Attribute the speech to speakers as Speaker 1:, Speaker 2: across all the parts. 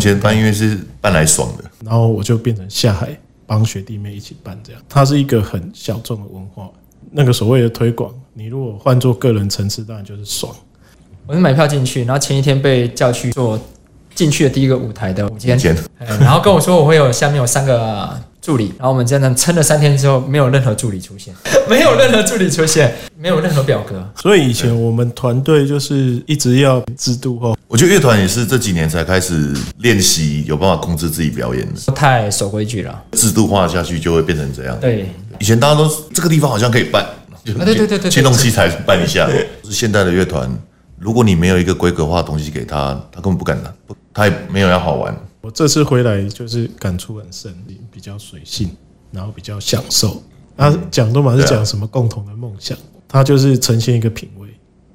Speaker 1: 前办音乐是办来爽的，
Speaker 2: 然后我就变成下海帮学弟妹一起办这样。它是一个很小众的文化，那个所谓的推广，你如果换做个人层次，当然就是爽。
Speaker 3: 我是买票进去，然后前一天被叫去做进去的第一个舞台的舞间
Speaker 1: 以，前
Speaker 3: 哎然后跟我说我会有下面有三个助理，然后我们这样撑了三天之后，没有任何助理出现， 没有任何助理出现，没有任何表格，
Speaker 2: 所以以前我们团队就是一直要制度化，
Speaker 1: 我觉得乐团也是这几年才开始练习，有办法控制自己表演的，
Speaker 3: 太守规矩了。
Speaker 1: 制度化下去就会变成这样。
Speaker 3: 对，
Speaker 1: 以前大家都这个地方好像可以办，就
Speaker 3: 啊对对对对
Speaker 1: 去弄器材办一下。现代的乐团，如果你没有一个规格化的东西给他，他根本不敢拿，不他也没有要好玩。
Speaker 2: 我这次回来就是感触很深，比较随性，然后比较享受。他讲都满是
Speaker 1: 对啊
Speaker 2: 讲什么共同的梦想，他就是呈现一个品味。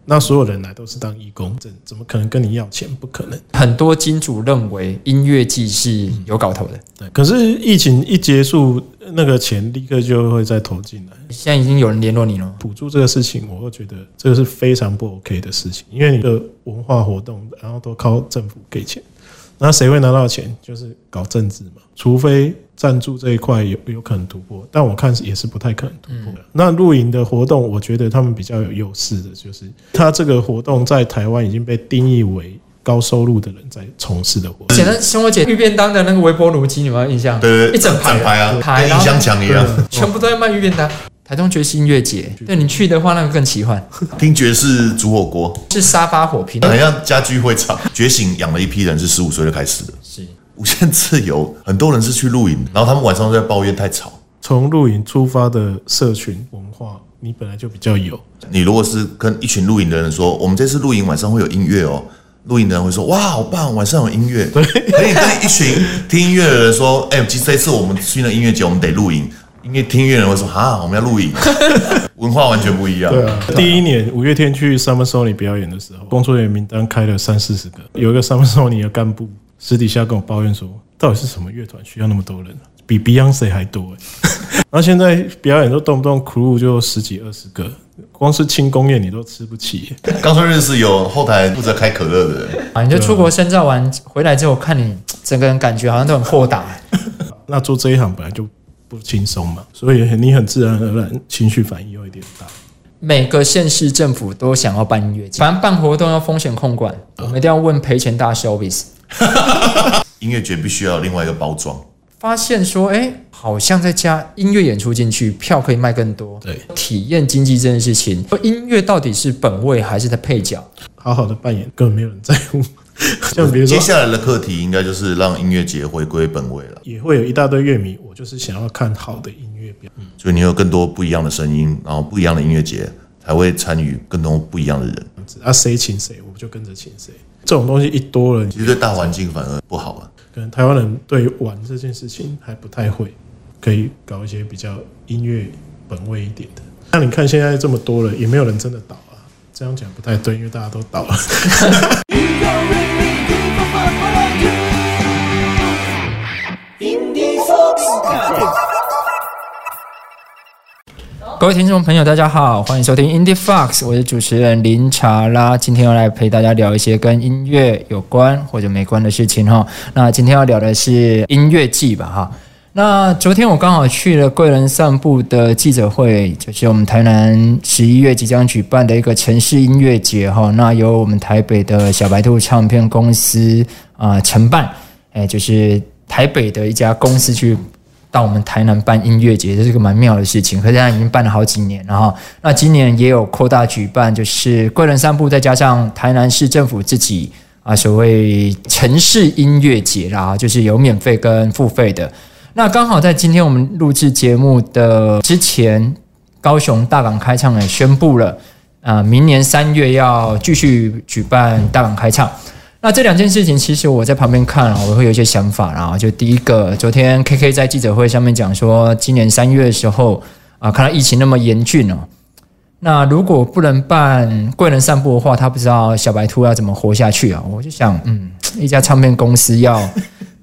Speaker 2: 那所有人来都是当义工，怎怎么可能跟你要钱？不可能。
Speaker 3: 很多金主认为音乐季是有搞头的，
Speaker 2: 对，可是疫情一结束，那个钱立刻就会再投进来。
Speaker 3: 现在已经有人联络你了吗。
Speaker 2: 补助这个事情，我会觉得这个是非常不 OK 的事情，因为你的文化活动，然后都靠政府给钱，那谁会拿到钱？就是搞政治嘛，除非赞助这一块有有可能突破，但我看是也是不太可能突破的。那露营的活动，我觉得他们比较有优势的，就是他这个活动在台湾已经被定义为高收入的人在从事的活动。
Speaker 3: 简单，生活姐玉便当的那个微波炉机，你们有印象？
Speaker 1: 对对，
Speaker 3: 一整排
Speaker 1: 排啊，
Speaker 3: 排
Speaker 1: 跟
Speaker 3: 然
Speaker 1: 音
Speaker 3: 后
Speaker 1: 箱墙一样。
Speaker 3: 全部都在卖玉便当。台中爵士音乐节，对你去的话，那个更奇幻，
Speaker 1: 听爵士煮火锅，
Speaker 3: 是沙发火拼。
Speaker 1: 很像家居会场。觉醒养了一批人是十五岁就开始的，
Speaker 3: 是，
Speaker 1: 无限自由。很多人是去露营，然后他们晚上都在抱怨太吵。
Speaker 2: 从露营出发的社群文化，你本来就比较有，
Speaker 1: 你如果是跟一群露营的人说，我们这次露营晚上会有音乐哦，露营的人会说哇，好棒，晚上有音乐。 可以跟一群听音乐的人说，哎、其实这次我们去那音乐节，我们得露营。因为听音乐的人会说哈，我们要露营， 文化完全不一样。
Speaker 2: 对啊，第一年五月天去 Summer Sony 表演的时候，工作人员名单开了三四十个，有一个 Summer Sony 的干部私底下跟我抱怨说，到底是什么乐团需要那么多人啊、比 Beyonce 还多哎、 然后现在表演都动不动 crew 就十几二十个，光是庆功宴你都吃不起、欸。
Speaker 1: 刚说认识有后台负责开可乐的人，
Speaker 3: 啊，你就出国深造完回来之后，看你整个人感觉好像都很豁达。
Speaker 2: 那做这一行本来就不轻松嘛，所以你很自然而然情绪反应又有点大。
Speaker 3: 每个县市政府都想要办音乐节，反嗯正办活动要风险控管，我们一定要问赔钱大师 Obis。
Speaker 1: 音乐节必须要有另外一个包装。
Speaker 3: 发现说，哎、好像再加音乐演出进去，票可以卖更多。
Speaker 2: 对，
Speaker 3: 体验经济这件事情，音乐到底是本位还是在配角？
Speaker 2: 好好的扮演根本没有人在乎， 像比如说
Speaker 1: 接下来的课题应该就是让音乐节回归本位了，
Speaker 2: 也会有一大堆乐迷，我就是想要看好的音乐表演。
Speaker 1: 所以你有更多不一样的声音，然后不一样的音乐节才会参与更多不一样的人。
Speaker 2: 啊，谁请谁，我就跟着请谁。这种东西一多了，
Speaker 1: 其实对大环境反而不好啊了。
Speaker 2: 可能台湾人对于玩这件事情还不太会，可以搞一些比较音乐本位一点的。那你看现在这么多了，也没有人真的倒啊。这样讲不太对，因为大家都倒了。
Speaker 3: 各位听众朋友，大家好，欢迎收听 Indie Fox，我是主持人林查拉，今天要来陪大家聊一些跟音乐有关或者没关的事情哈。那今天要聊的是音乐季吧哈。那昨天我刚好去了贵人散步的记者会，就是我们台南十一月即将举办的一个城市音乐节哈。那由我们台北的小白兔唱片公司啊、呃承办，哎，就是台北的一家公司去到我们台南办音乐节，这是个蛮妙的事情。可是它已经办了好几年了哈。那今年也有扩大举办，就是贵人散步，再加上台南市政府自己啊，所谓城市音乐节啦，就是有免费跟付费的。那刚好在今天我们录制节目的之前，高雄大港开唱也宣布了，啊，明年三月要继续举办大港开唱。那这两件事情，其实我在旁边看啊，我会有一些想法啦。就第一个，昨天 KK 在记者会上面讲说，今年三月的时候啊，看到疫情那么严峻哦，那如果不能办贵人散步的话，他不知道小白兔要怎么活下去啊。我就想，嗯，一家唱片公司要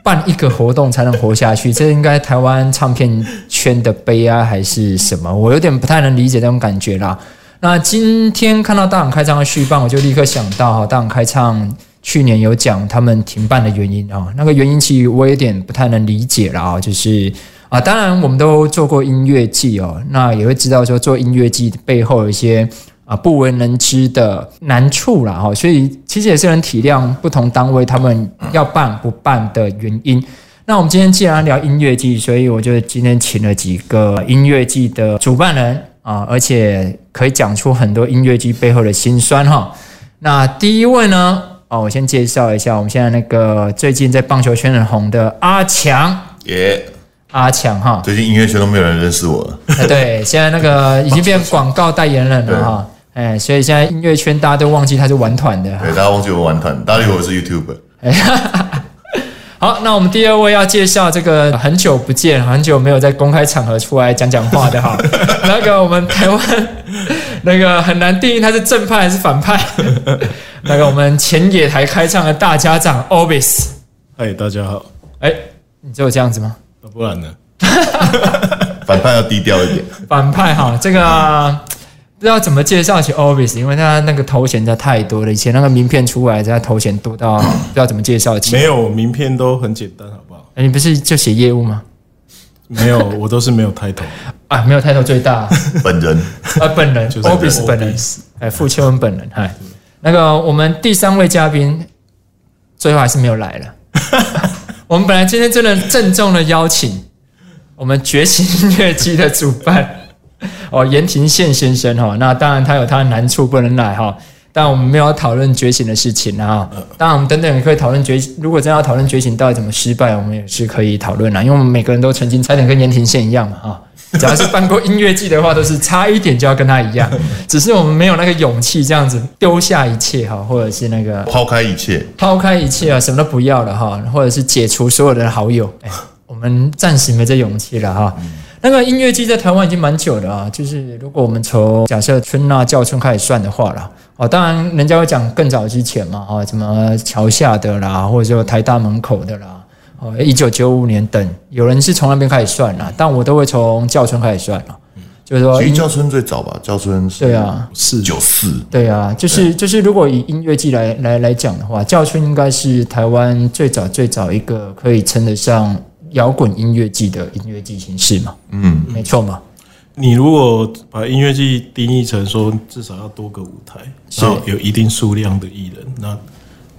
Speaker 3: 办一个活动才能活下去，这应该台湾唱片圈的悲哀还是什么？我有点不太能理解那种感觉啦。那今天看到大港开唱的续办，我就立刻想到哈，大港开唱去年有讲他们停办的原因啊、那个原因其实我有点不太能理解了啊、就是啊，当然我们都做过音乐季哦，那也会知道说做音乐季背后有一些啊不为人知的难处啦哈、所以其实也是能体谅不同单位他们要办不办的原因。那我们今天既然聊音乐季，所以我就今天请了几个音乐季的主办人啊，而且可以讲出很多音乐季背后的辛酸哈、那第一位呢，哦，我先介绍一下我们现在那个最近在棒球圈很红的阿强，
Speaker 1: 耶！
Speaker 3: 阿强 哈，
Speaker 1: 最近音乐圈都没有人认识我了，
Speaker 3: 呃对，现在那个已经变广告代言人了哈，哎，所以现在音乐圈大家都忘记他是玩团的。
Speaker 1: 哎对，大家忘记我玩团，大家以为我是 YouTuber。
Speaker 3: 好，那我们第二位要介绍这个很久不见、很久没有在公开场合出来讲讲话的哈，那个我们台湾那个很难定义他是正派还是反派，那个我们前野台开唱的大家长 Obis，
Speaker 2: 嗨，大家好，
Speaker 3: 哎、你只有这样子吗？
Speaker 2: 那不然呢？
Speaker 1: 反派要低调一点，
Speaker 3: 反派哈，这个啊不知道怎么介绍起 Obis，因为他那个头衔他太多了，以前那个名片出来，他头衔多到不知道怎么介绍起。
Speaker 2: 没有，名片都很简单，好不好？
Speaker 3: 哎你不是就写业务吗？
Speaker 2: 没有，我都是没有抬头。
Speaker 3: 啊，没有抬头最大，
Speaker 1: 本人
Speaker 3: 啊，本人
Speaker 2: 就是
Speaker 3: Obis 本人，哎，傅秋文本人，哎，那个我们第三位嘉宾最后还是没有来了。 我们本来今天真的郑重的邀请我们觉醒音乐季的主办 哦，严廷宪先生哈、哦，那当然他有他的难处不能来哈、但我们没有要讨论觉醒的事情啊、当然，我们等等也可以讨论觉醒。如果真的要讨论觉醒到底怎么失败，我们也是可以讨论啦。因为我们每个人都曾经差点跟严廷宪一样嘛啊、只要是办过音乐季的话，都是差一点就要跟他一样，只是我们没有那个勇气这样子丢下一切哈、或者是那个
Speaker 1: 抛开一切，
Speaker 3: 抛开一切啊，什么都不要了哈，或者是解除所有的好友。哎，我们暂时没这勇气了哈。
Speaker 1: 嗯
Speaker 3: 那个音乐季在台湾已经蛮久了啊，就是如果我们从假设春娜教春开始算的话啦，哦，当然人家会讲更早之前嘛，啊、哦，什么桥下的啦，或者说台大门口的啦，哦，一九九五年等，有人是从那边开始算啦，但我都会从教春开始算啦，就是说
Speaker 1: 其
Speaker 3: 音，
Speaker 1: 实教村最早吧，教村是
Speaker 3: 对啊，
Speaker 2: 是
Speaker 1: 九四，
Speaker 3: 对啊，就是就是，如果以音乐季来来来讲的话，教春应该是台湾最早最早一个可以称得上摇滚音乐季的音乐季形式嘛，
Speaker 1: 嗯，
Speaker 3: 没错嘛，
Speaker 2: 你如果把音乐季定义成说至少要多个舞台，然后有一定数量的艺人，那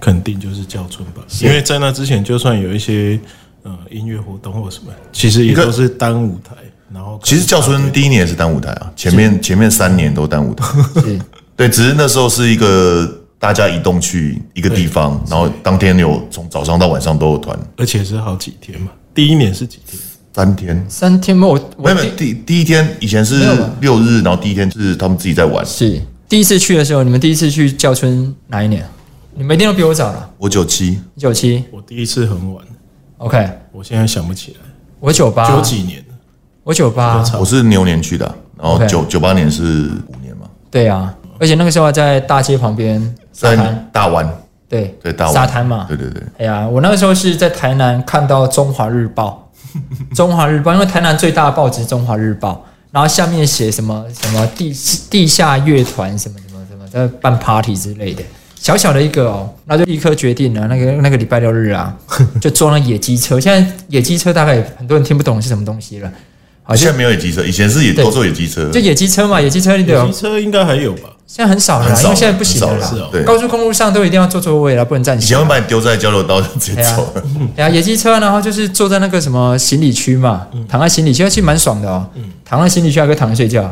Speaker 2: 肯定就是叫春吧。因为在那之前，就算有一些呃音乐活动或什么，其实也都是单舞台。然后
Speaker 1: 其实教村第一年也是单舞台啊，前面前面三年都单舞 台，
Speaker 3: 是
Speaker 1: 对，只是那时候是一个大家移动去一个地方，然后当天有从早上到晚上都有团，
Speaker 2: 而且是好几天嘛，第一年是几天？
Speaker 1: 三天。
Speaker 3: 三天后我
Speaker 1: 没
Speaker 3: 我
Speaker 1: 有没有
Speaker 3: 第
Speaker 1: 第第一天以前是
Speaker 3: 没有吧
Speaker 1: 六日，然后第一天是他们自己在玩。
Speaker 3: 是第一次去的时候，你们第一次去教春哪一年？你们一定都比我早了，
Speaker 1: 我九七，
Speaker 3: 一九七
Speaker 2: 我第一次很晚，
Speaker 3: ，OK，
Speaker 2: 我现在想不起来，
Speaker 3: 我九八，
Speaker 2: 九几年？
Speaker 3: 我九八，
Speaker 1: 我是牛年去的啊、然后
Speaker 3: OK
Speaker 1: 九九八年是五年嘛，
Speaker 3: 对啊，而且那个时候还在大街旁边沙滩，
Speaker 1: 在大湾，
Speaker 3: 对
Speaker 1: 对大湾
Speaker 3: 沙滩嘛，
Speaker 1: 对对对，
Speaker 3: 哎呀，我那个时候是在台南看到《中华日报》， 《中华日报》因为台南最大的报纸是《中华日报》，然后下面写什么什么地地下乐团什么什么什么在办 party 之类的，小小的一个哦，那就立刻决定了那个那个礼拜六日啊，就坐那野鸡车。现在野鸡车大概也很多人听不懂是什么东西了，好
Speaker 1: 现
Speaker 3: 像
Speaker 1: 在没有野鸡车，以前是也
Speaker 3: 对
Speaker 1: 都是有野鸡车
Speaker 3: 就，野鸡车嘛，野鸡车你得有
Speaker 2: 机车应该还有吧？
Speaker 3: 现在很少了啦，
Speaker 1: 很
Speaker 3: 因
Speaker 1: 少
Speaker 3: 为现在不行了
Speaker 1: 很
Speaker 3: 啦
Speaker 1: 少了是哦，
Speaker 3: 高速公路上都一定要坐座位了，不能站
Speaker 1: 以
Speaker 3: 起
Speaker 1: 前
Speaker 3: 来
Speaker 1: 会。把你丢在交流道就直接走了，
Speaker 2: 嗯
Speaker 3: 对啊，野鸡车，然后就是坐在那个什么行李区嘛，
Speaker 2: 嗯
Speaker 3: 躺在行李区，其实蛮爽的哦。躺在行李区还可以躺着睡觉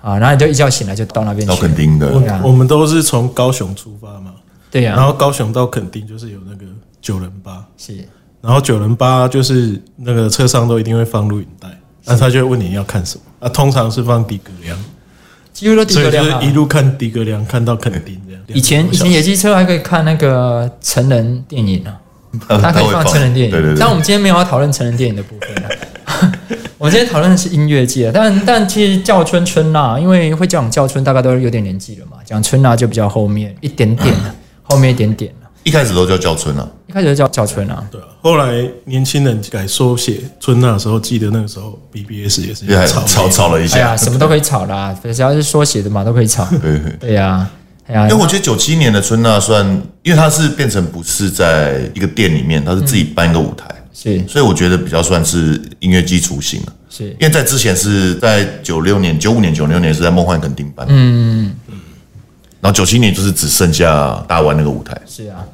Speaker 3: 啊，然后你就一觉醒来就到那边
Speaker 1: 到
Speaker 3: 去
Speaker 1: 垦。丁的，
Speaker 3: 对啊
Speaker 2: 我我们都是从高雄出发嘛，
Speaker 3: 对啊
Speaker 2: 然
Speaker 3: 呀，
Speaker 2: 后高雄到垦丁就是有那个九人八，
Speaker 3: 是
Speaker 2: 然后九人八就是那个车上都一定会放录影带，那他就会问你要看什么，啊，通常是放迪格良，
Speaker 3: 几乎都低
Speaker 2: 所
Speaker 3: 流
Speaker 2: 以就
Speaker 3: 量
Speaker 2: 是
Speaker 3: 啊
Speaker 2: 一。路看迪格良看到垦丁这样。
Speaker 3: 以前以前野鸡车还可以看那个成人电影啊，
Speaker 2: 呃
Speaker 3: 它可以放成人电
Speaker 1: 对对
Speaker 3: 影。但我
Speaker 1: 对，
Speaker 3: 们今天没有要讨论成人电影的部分啊。 我们今天讨论的是音乐界，但但其实叫春春啦、因为会讲叫春大概都有点年纪了嘛，讲春啊就比较后面一点点了，后面一点点了。
Speaker 1: 一开始都叫教村啊，
Speaker 3: 一开始就叫叫春啊，
Speaker 2: 对啊，后来年轻人改缩写春娜的时候，记得那个时候 BBS 也是
Speaker 1: 也还
Speaker 2: 吵
Speaker 1: 吵吵了一
Speaker 3: 哎
Speaker 1: 下，
Speaker 3: 呀，什么都可以吵啦，只要是缩写的嘛，都可以吵。
Speaker 1: 对对，对
Speaker 3: 对呀、哎呀
Speaker 1: 因为我觉得九七年的春娜算，因为它是变成不是在一个店里面，它是自己搬一个舞台，
Speaker 3: 是
Speaker 1: 所以我觉得比较算是音乐季雏形了。
Speaker 3: 是
Speaker 1: 啊因为在之前是在九六年、九五年、九六年是在梦幻垦丁办，嗯，然后九七年就是只剩下大湾那个舞台，
Speaker 3: 是啊。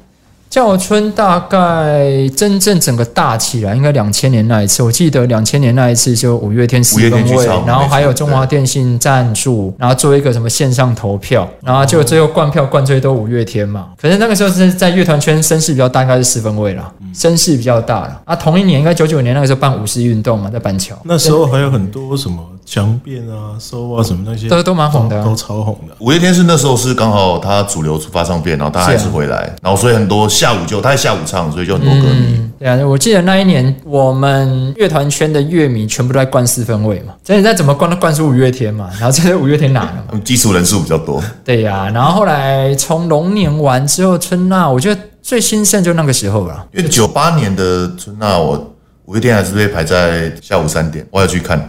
Speaker 3: 教村大概真正整个大起来，应该两千年那一次。我记得两千年那一次就五月天
Speaker 1: 五
Speaker 3: 十
Speaker 1: 月天
Speaker 3: 分
Speaker 1: 去
Speaker 3: 位
Speaker 1: 唱，
Speaker 3: 然后还有
Speaker 1: 没错
Speaker 3: 中华电信赞助，然后做一个什么线上投票，然后就最后灌票灌最多五月天嘛。可是那个时候是在乐团圈声势比较大，应该是十分位啦，
Speaker 1: 嗯
Speaker 3: 声势比较大了。啊，同一年应该九九年那个时候办五四运动嘛，在板桥，
Speaker 2: 那时候还有很多什么强辩啊、收啊什么那些，
Speaker 3: 都都蛮红的啊
Speaker 2: 都超红的。
Speaker 1: 五月天是那时候是刚好他主流发唱片，然后他还
Speaker 3: 是
Speaker 1: 是
Speaker 3: 啊
Speaker 1: 回来，然后所以很多下午就他在下午唱，所以就很多歌迷。
Speaker 3: 嗯，对啊，我记得那一年我们乐团圈的乐迷全部都在灌四分位嘛，所以你再怎么灌都灌输五月天嘛，然后这是五月天拿了 嘛，
Speaker 1: 他们基础人数比较多，
Speaker 3: 对呀、然后后来从龙年完之后，春娜我觉得最兴盛就那个时候了，
Speaker 1: 因为九八年的春娜，我五月天还是被排在下午三点，我要去看。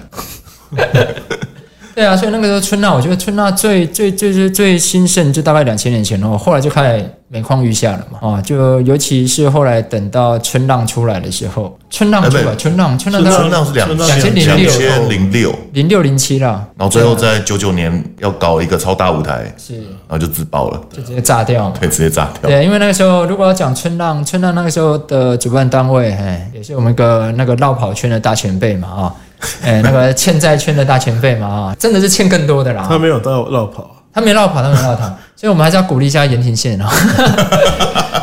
Speaker 3: 对啊，所以那个时候春娜，我觉得春娜最最最最最兴盛就大概两千年前后，后来就开始每况愈下了嘛，啊，就尤其是后来等到春浪出来的时候，春浪出
Speaker 1: 哎
Speaker 3: 来，
Speaker 1: 不
Speaker 3: 春浪春浪
Speaker 2: 春
Speaker 3: 到
Speaker 1: 春啊娜是两
Speaker 2: 春娜
Speaker 1: 两
Speaker 3: 是2006
Speaker 1: 千零六，
Speaker 3: 零六零七啦，
Speaker 1: 然后最后在九九年要搞一个超大舞台，
Speaker 3: 是
Speaker 1: 然后就自爆了，
Speaker 3: 就直接炸掉嘛。
Speaker 1: 对，直接炸掉。
Speaker 3: 对，因为那个时候如果要讲春浪，春浪那个时候的主办单位，哎，也是我们一个那个绕跑圈的大前辈嘛啊，哎，那个欠债圈的大前辈嘛啊，真的是欠更多的啦。
Speaker 2: 啊他没有到绕跑啊，
Speaker 3: 他没绕跑，他没绕跑，所以我们还是要鼓励一下言庭县啊。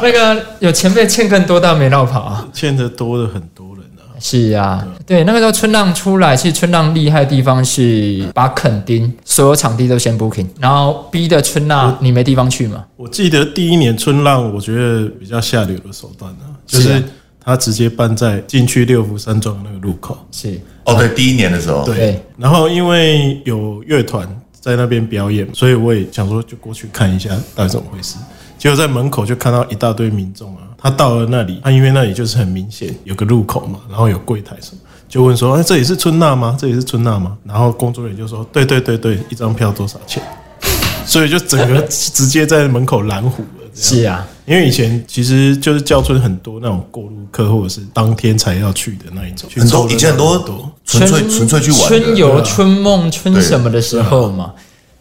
Speaker 3: 那个有前辈欠更多，但没绕跑啊。
Speaker 2: 欠的多的很多人啊。
Speaker 3: 是啊，对，那个时候春浪出来，其实春浪厉害的地方是把垦丁所有场地都先 booking，然后逼的春浪你没地方去嘛。
Speaker 2: 我记得第一年春浪，我觉得比较下流的手段啊，就是是
Speaker 3: 啊
Speaker 2: 他直接办在进去六福山庄那个路口。
Speaker 3: 是，
Speaker 1: 哦，对，第一年的时候，
Speaker 3: 对
Speaker 2: 对，然后因为有乐团在那边表演，所以我也想说就过去看一下到底怎么回事。结果在门口就看到一大堆民众啊，他到了那里，他因为那里就是很明显有个入口嘛，然后有柜台什么，就问说：“哎，这里是春娜吗？这里是春娜吗？”然后工作人员就说：“对对对对，一张票多少钱？”所以就整个直接在门口拦虎了。这样
Speaker 3: 是啊，
Speaker 2: 因为以前其实就是教村很多那种过路客，或者是当天才要去的那一种，去
Speaker 1: 很多
Speaker 2: 凑热
Speaker 1: 以前很
Speaker 2: 闹的
Speaker 1: 多纯粹纯粹去玩
Speaker 3: 春
Speaker 1: 的，啊
Speaker 3: 游、春梦、春什么的时候嘛。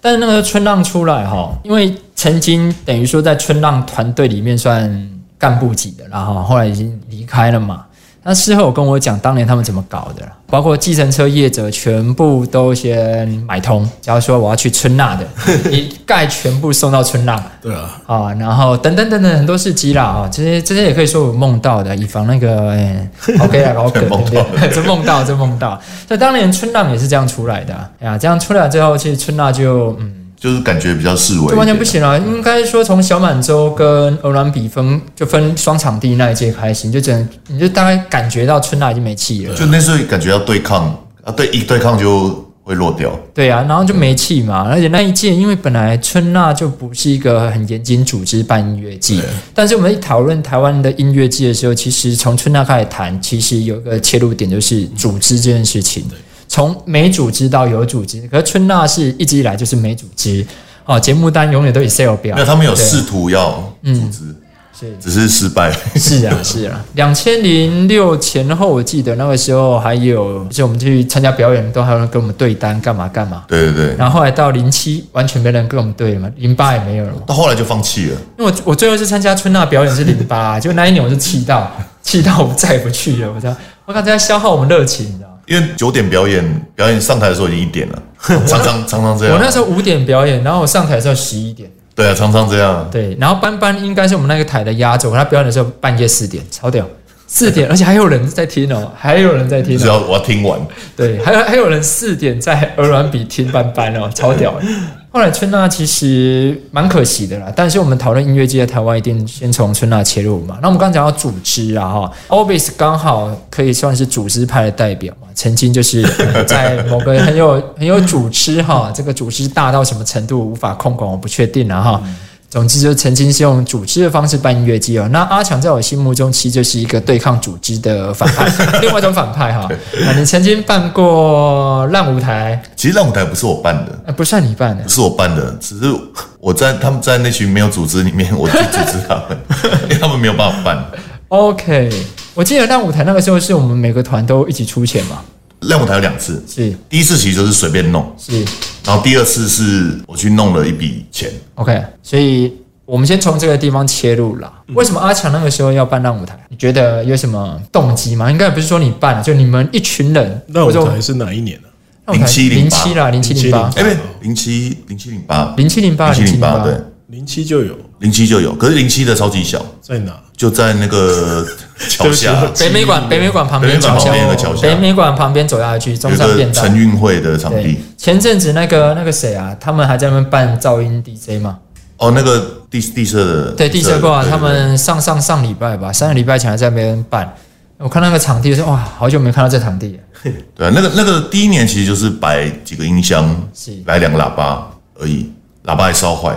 Speaker 3: 但是那个春浪出来哈，因为曾经等于说在春浪团队里面算干部级的啦哈，后来已经离开了嘛。那事后有跟我讲，当年他们怎么搞的啦，包括计程车业者全部都先买通，假如说我要去春 娜的，一概全部送到春浪。
Speaker 2: 对啊，
Speaker 3: 啊，然后等等等等很多事迹啦啊，这些这些也可以说我梦到的，以防那个、 哎 OK 啦，OK
Speaker 1: 梦到
Speaker 3: 对，这梦到这梦到，所以当年春浪也是这样出来的啊哎呀、这样出来之后，其实春浪就嗯，
Speaker 1: 就是感觉比较示威，
Speaker 3: 就完全不。行了，应该说从小满洲跟鹅銮比分就分双场地那一届开始，你就只能你就大概感觉到春浪已经没气了。
Speaker 1: 就那时候感觉要对抗啊，对一对抗就会落掉，
Speaker 3: 对啊，然后就没气嘛，而且那一届因为本来春娜就不是一个很严谨组织办音乐季，但是我们一讨论台湾的音乐季的时候，其实从春娜开始谈，其实有一个切入点就是组织这件事情，从没组织到有组织，可是春娜是一直以来就是没组织，哦，节目单永远都 Excel 表，
Speaker 1: 没有他们有
Speaker 3: 对嗯
Speaker 1: 试图要组织，
Speaker 3: 是
Speaker 1: 只是失败。
Speaker 3: 是啊，是啊，两千零六前后，我记得那个时候还有，就是我们去参加表演，都还有人跟我们对单干嘛干嘛。
Speaker 1: 对对对，
Speaker 3: 然后后来到零七完全没人跟我们对了嘛，零八也没有了嘛。
Speaker 1: 到后来就放弃了。
Speaker 3: 因为我我最后一次参加春娜表演是零八、 就那一年我就气到气到我再也不去了，我知道我感觉在消耗我们热情，你知道吗？
Speaker 1: 因为九点表演，表演上台的时候已经一点了，常常常常这
Speaker 3: 我那
Speaker 1: 样，
Speaker 3: 时候五点表演，然后我上台的时候十一点，
Speaker 1: 对啊，常常这样，
Speaker 3: 对，然后班班应该是我们那个台的压轴，他表演的时候半夜四点，超屌，四点，而且还有人在听哦，还有人在听
Speaker 1: 就是
Speaker 3: 哦，
Speaker 1: 要我要听完，
Speaker 3: 对，还有还有人四点在鹅銮比听班班哦，超屌的。后来春娜其实蛮可惜的啦，但是我们讨论音乐界在台湾一定先从春娜切入嘛。那我们刚刚讲到组织啊哈，Obis 刚好可以算是组织派的代表嘛，曾经就是呃在某个很有很有组织哈，这个组织大到什么程度无法控管，我不确定了哈。总之，就曾经是用组织的方式办音乐季哦。那阿强在我心目中其实就是一个对抗组织的反 派，另外一种反派哈、那你曾经办过烂舞台，
Speaker 1: 其实让舞台不是我办的，
Speaker 3: 呃、不算你办的
Speaker 1: 不，是我办的，只是 我在他们在那群没有组织里面， 我去组织他们， 因为他们没有办法办。
Speaker 3: OK，我记得那舞台那个时候是我们每个团都一起出钱嘛，
Speaker 1: 让舞台有两次，
Speaker 3: 是
Speaker 1: 第一次其实就是随便弄，
Speaker 3: 是
Speaker 1: 然后第二次是我去弄了一笔钱，
Speaker 3: OK，所以我们先从这个地方切入啦。为什么阿强那个时候要办让舞台？你觉得有什么动机吗？应该不是说你办，啊就你们一群人
Speaker 2: 那
Speaker 3: 或者
Speaker 2: 舞台是哪一年呢、啊
Speaker 1: 07
Speaker 3: 零
Speaker 1: 08
Speaker 3: 七啦，零七零八，
Speaker 1: 哎，不对，零七零七零八，
Speaker 3: 零七哦零八，
Speaker 1: 零七零
Speaker 3: 八
Speaker 1: 八，，对，
Speaker 2: 零七就有，
Speaker 1: 零七就有，可是零七的超级小，
Speaker 2: 在哪？
Speaker 1: 就在那 个桥下。
Speaker 3: 北美馆，北美馆旁边
Speaker 1: 北美
Speaker 3: 桥
Speaker 1: 馆
Speaker 3: 下
Speaker 1: 旁边有个桥，下
Speaker 3: 北美馆旁边走下去，
Speaker 1: 有
Speaker 3: 中
Speaker 1: 一
Speaker 3: 山
Speaker 1: 个
Speaker 3: 便当
Speaker 1: 陈。运会的场
Speaker 3: 对
Speaker 1: 地，
Speaker 3: 前阵子那个那个谁啊，他们还在那边办噪音 DJ 嘛，
Speaker 1: 哦，那个地地社的
Speaker 3: 对，地社
Speaker 1: 的
Speaker 3: 挂
Speaker 1: 对
Speaker 3: 他们上上上礼拜吧，三个礼拜前还在那边办。我看那个场地说，哇，好久没看到这场地了。
Speaker 1: 对，那个那个第一年其实就是摆几个音箱
Speaker 3: 是，
Speaker 1: 来两个喇叭而已，喇叭还烧坏。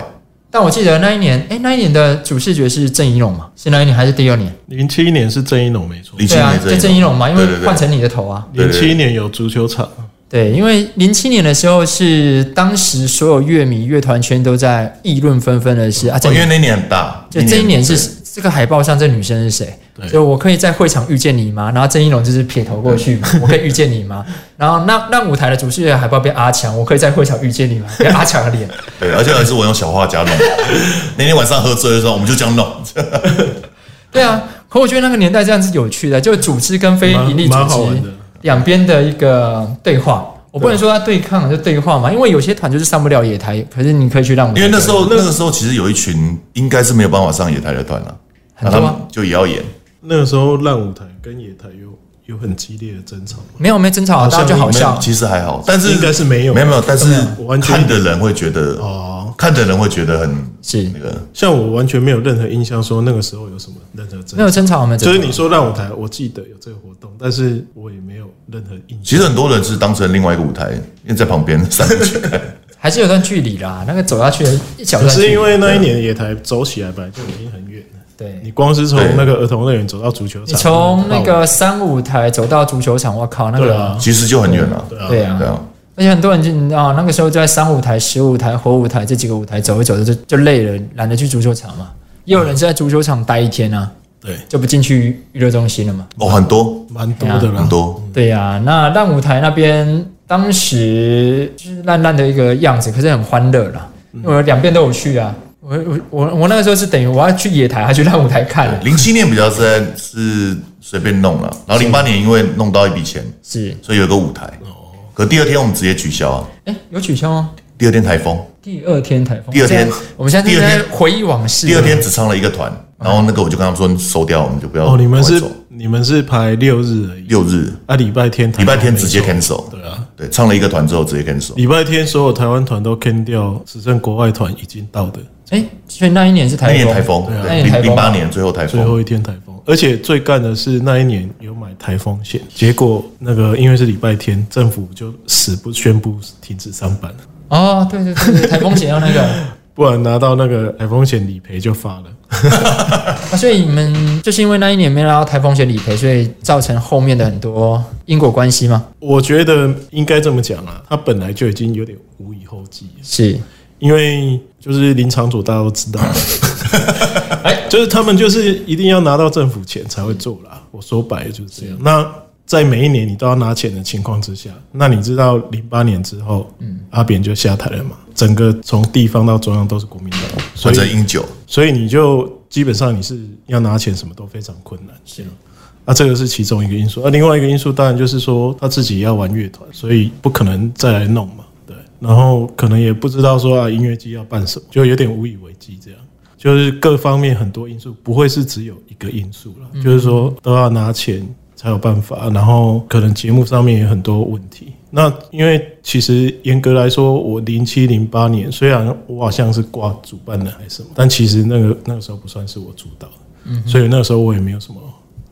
Speaker 3: 但我记得那一年，哎、那一年的主视觉是郑怡龙嘛？是那一年还是第二年？
Speaker 2: 零七年是郑一农没错，
Speaker 1: 零七
Speaker 3: 对啊，
Speaker 1: 年哦
Speaker 3: 就郑怡龙嘛，因
Speaker 1: 对
Speaker 3: 为
Speaker 1: 对
Speaker 3: 换
Speaker 1: 对，
Speaker 3: 成你的头啊。
Speaker 1: 对
Speaker 2: 零
Speaker 1: 对对
Speaker 2: 七年有足球场，
Speaker 3: 对，因为零七年的时候是当时所有乐迷、乐团圈都在议论纷纷的是啊，郑
Speaker 1: 哦
Speaker 3: 怡
Speaker 1: 因为那年很大，
Speaker 3: 就这一年是
Speaker 1: 对
Speaker 3: 这个海报上这女生是谁？就我可以在会场遇见你吗？然后郑一龙就是撇头过去，我可以遇见你吗？然后那那舞台的主视觉海报被阿强，我可以在会场遇见你吗？被阿强的脸。
Speaker 1: 对，而且还是我用小画 家弄。那天晚上喝醉的时候，我们就这样
Speaker 3: 嗯
Speaker 1: 弄。
Speaker 3: 对啊，可我觉得那个年代这样是有趣的，就组织跟非
Speaker 2: 蛮
Speaker 3: 盈利组
Speaker 2: 蛮好玩
Speaker 3: 织
Speaker 2: 的
Speaker 3: 两边的一个对话。我不能说它对抗，就对话嘛，因为有些团就是上不了野台，可是你可以去让舞台
Speaker 1: 因为那时候那个时候其实有一群应该是没有办法上野台的团了，
Speaker 3: 很
Speaker 1: 那
Speaker 3: 多
Speaker 1: 他
Speaker 3: 啊
Speaker 1: 们就也要演。
Speaker 2: 那个时候烂舞台跟野台有有很激烈的争吵嘛，
Speaker 3: 没有没争吵，
Speaker 2: 好
Speaker 3: 大
Speaker 2: 像
Speaker 3: 家就好
Speaker 1: 没有
Speaker 3: 笑。
Speaker 1: 其实还好，但是
Speaker 2: 应该是没有
Speaker 1: 没有没有，但是
Speaker 2: 我完全
Speaker 1: 看的人会觉得
Speaker 2: 哦，
Speaker 1: 看的人会觉得很
Speaker 3: 是
Speaker 1: 那个，
Speaker 2: 像我完全没有任何印象说那个时候有什么任何争
Speaker 3: 没
Speaker 2: 吵，
Speaker 3: 有争吵，我们
Speaker 2: 就是你说烂舞台，我记得有这个活动，但是我也没有任何印
Speaker 1: 其
Speaker 2: 象。
Speaker 1: 实很多人是当成另外一个舞台，因为在旁边上不去看。
Speaker 3: 还是有段距离啦，那个走下去的一小
Speaker 2: 可
Speaker 3: 段距离。
Speaker 2: 是因为那一年野台走起来本来就已经很远了，
Speaker 3: 对
Speaker 2: 你光是从那个儿童乐园走到足球
Speaker 3: 你
Speaker 2: 场，
Speaker 3: 从那个三舞台走到足球场，我靠，那
Speaker 2: 对
Speaker 3: 个
Speaker 2: 啊，
Speaker 1: 其实就很远了。
Speaker 3: 哦对
Speaker 1: 对
Speaker 3: 啊，
Speaker 1: 啊，
Speaker 3: 而且很多人就你知道，那个时候就在三舞台、十舞台、火舞台这几个舞台走一走就就累了，懒得去足球场嘛。也有人是在足球场待一天啊，
Speaker 2: 对，
Speaker 3: 就不进去娱乐中心了嘛。
Speaker 1: 哦，很多
Speaker 2: 蛮多的啦
Speaker 1: 很。多，
Speaker 3: 对啊呀、那烂舞台那边当时就是烂烂的一个样子，可是很欢乐啦，因为我两边都有去啊。我我我我那个时候是等于我要去野台，还去烂舞台看了，
Speaker 1: 零七年比较是在是随便弄了，然后零八年因为弄到一笔钱，
Speaker 3: 是
Speaker 1: 所以有一个舞台。
Speaker 2: 哦
Speaker 1: 可第二天我们直接取消啊！
Speaker 3: 哎、有取消吗？
Speaker 1: 第二天台风，
Speaker 3: 第二天台风，
Speaker 1: 第二天
Speaker 3: 我现在我们现在
Speaker 1: 第
Speaker 3: 正
Speaker 1: 二
Speaker 3: 在
Speaker 1: 天
Speaker 3: 回忆往
Speaker 2: 啊
Speaker 3: 事。
Speaker 1: 第二天只唱了一个团，然后那个我就跟他们说收掉，我们就不要。
Speaker 2: 哦，你们是
Speaker 1: 赶快走
Speaker 2: 你们是排六日而已，
Speaker 1: 六日，
Speaker 2: 啊，礼拜天台
Speaker 1: 礼
Speaker 2: 湾
Speaker 1: 拜天直接
Speaker 2: 没走
Speaker 1: cancel。
Speaker 2: 对啊，
Speaker 1: 对，唱了一个团之后直接 cancel。
Speaker 2: 礼拜天所有台湾团都 can 掉，只剩国外团已经到的
Speaker 3: 哎、所以那一年是台
Speaker 1: 那
Speaker 3: 风，
Speaker 1: 年台风，
Speaker 2: 对啊
Speaker 3: 那
Speaker 1: 对，
Speaker 3: 年台
Speaker 1: 零零
Speaker 3: 风
Speaker 1: 八年最后台
Speaker 2: 最
Speaker 1: 风，
Speaker 2: 后一天台风，而且最干的是那一年有买台风险，结果那个因为是礼拜天，政府就死不宣布停止上班，
Speaker 3: 哦，对对对，对台风险要 那个、
Speaker 2: 不然拿到那个台风险理赔就发了。
Speaker 3: 啊所以你们就是因为那一年没拿到台风险理赔，所以造成后面的很多因果关系吗？
Speaker 2: 我觉得应该这么讲啊，他本来就已经有点无以后继了，
Speaker 3: 是，
Speaker 2: 因为就是林场主大家都知道，哎，就是他们就是一定要拿到政府钱才会做啦。我说白了就是这样。那在每一年你都要拿钱的情况之下，那你知道零八年之后，阿扁就下台了嘛？整个从地方到中央都是国民党，所
Speaker 1: 换成
Speaker 2: 以
Speaker 1: 英九，
Speaker 2: 所以你就基本上你是要拿钱什么都非常困难。
Speaker 3: 是
Speaker 2: 那啊这个是其中一个因素，那、啊另外一个因素当然就是说他自己也要玩乐团，所以不可能再来弄嘛，对。然后可能也不知道说啊音乐季要办什么，就有点无以为继这样。就是各方面很多因素，不会是只有一个因素了，就是说都要拿钱才有办法，然后可能节目上面也很多问题。那因为其实严格来说，我零七零八年虽然我好像是挂主办人还是什么，但其实那个那个时候不算是我主导的，所以那个时候我也没有什么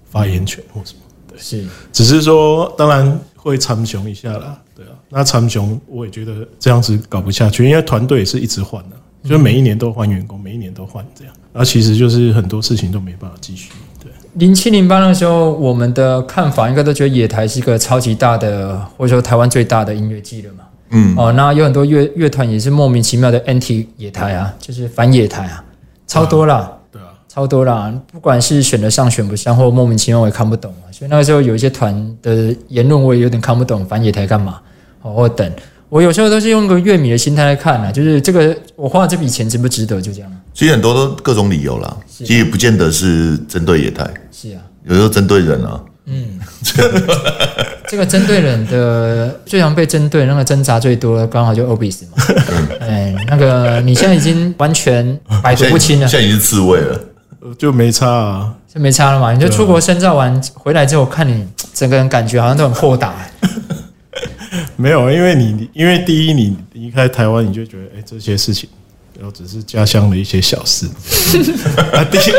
Speaker 2: 发言权或什么。
Speaker 3: 是，
Speaker 2: 只是说，当然会参雄一下啦，对啊。那参雄，我也觉得这样子搞不下去，因为团队也是一直换的、就是每一年都换员工，每一年都换这样，然后其实就是很多事情都没办法继续。对，啊
Speaker 3: 零七零八那时候，我们的看法应该都觉得野台是一个超级大的，或者说台湾最大的音乐季了嘛。
Speaker 1: 嗯，
Speaker 3: 哦，那有很多乐乐团也是莫名其妙的 anti 野台啊，就是反野台啊，超多啦。
Speaker 2: 对啊，
Speaker 3: 超多啦，不管是选得上选不上，或莫名其妙我也看不懂啊。所以那个时候有一些团的言论我也有点看不懂，反野台干嘛？哦，或等我有时候都是用个乐迷的心态来看啊，就是这个我花这笔钱值不值得，就这样。
Speaker 1: 其实很多都各种理由啦，其实也不见得是针对野台，
Speaker 3: 是啊，
Speaker 1: 有时候针对人啊。
Speaker 3: 这个针对人的最常被针对那个挣扎最多的，刚好就 Obis 嘛。
Speaker 1: 嗯
Speaker 3: 哎，那个你现在已经完全百
Speaker 1: 现
Speaker 3: 毒
Speaker 1: 在
Speaker 3: 不
Speaker 2: 啊
Speaker 3: 侵了，
Speaker 1: 现在已经是刺猬了。
Speaker 2: 呃就没差啊。
Speaker 3: 就没差了嘛。你就出国深造完回来之后，看你整个人感觉好像都很豁达、
Speaker 1: 啊
Speaker 2: 没有，因为你因为第一，你离开台湾，你就觉得哎、这些事情，然后只是家乡的一些小事。啊，第一，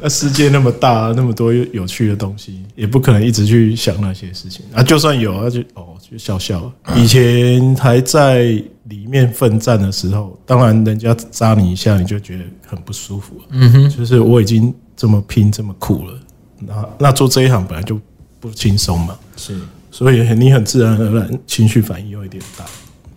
Speaker 2: 那世界那么大，那么多有有趣的东西，也不可能一直去想那些事情啊。就算有，那就哦，就笑笑。以前还在里面奋战的时候，当然人家扎你一下，你就觉得很不舒服。嗯哼，就是我已经这么拼这么苦了，那那做这一行本来就不轻松嘛。
Speaker 3: 是，
Speaker 2: 所以你很自然而然情绪反应又有一点大。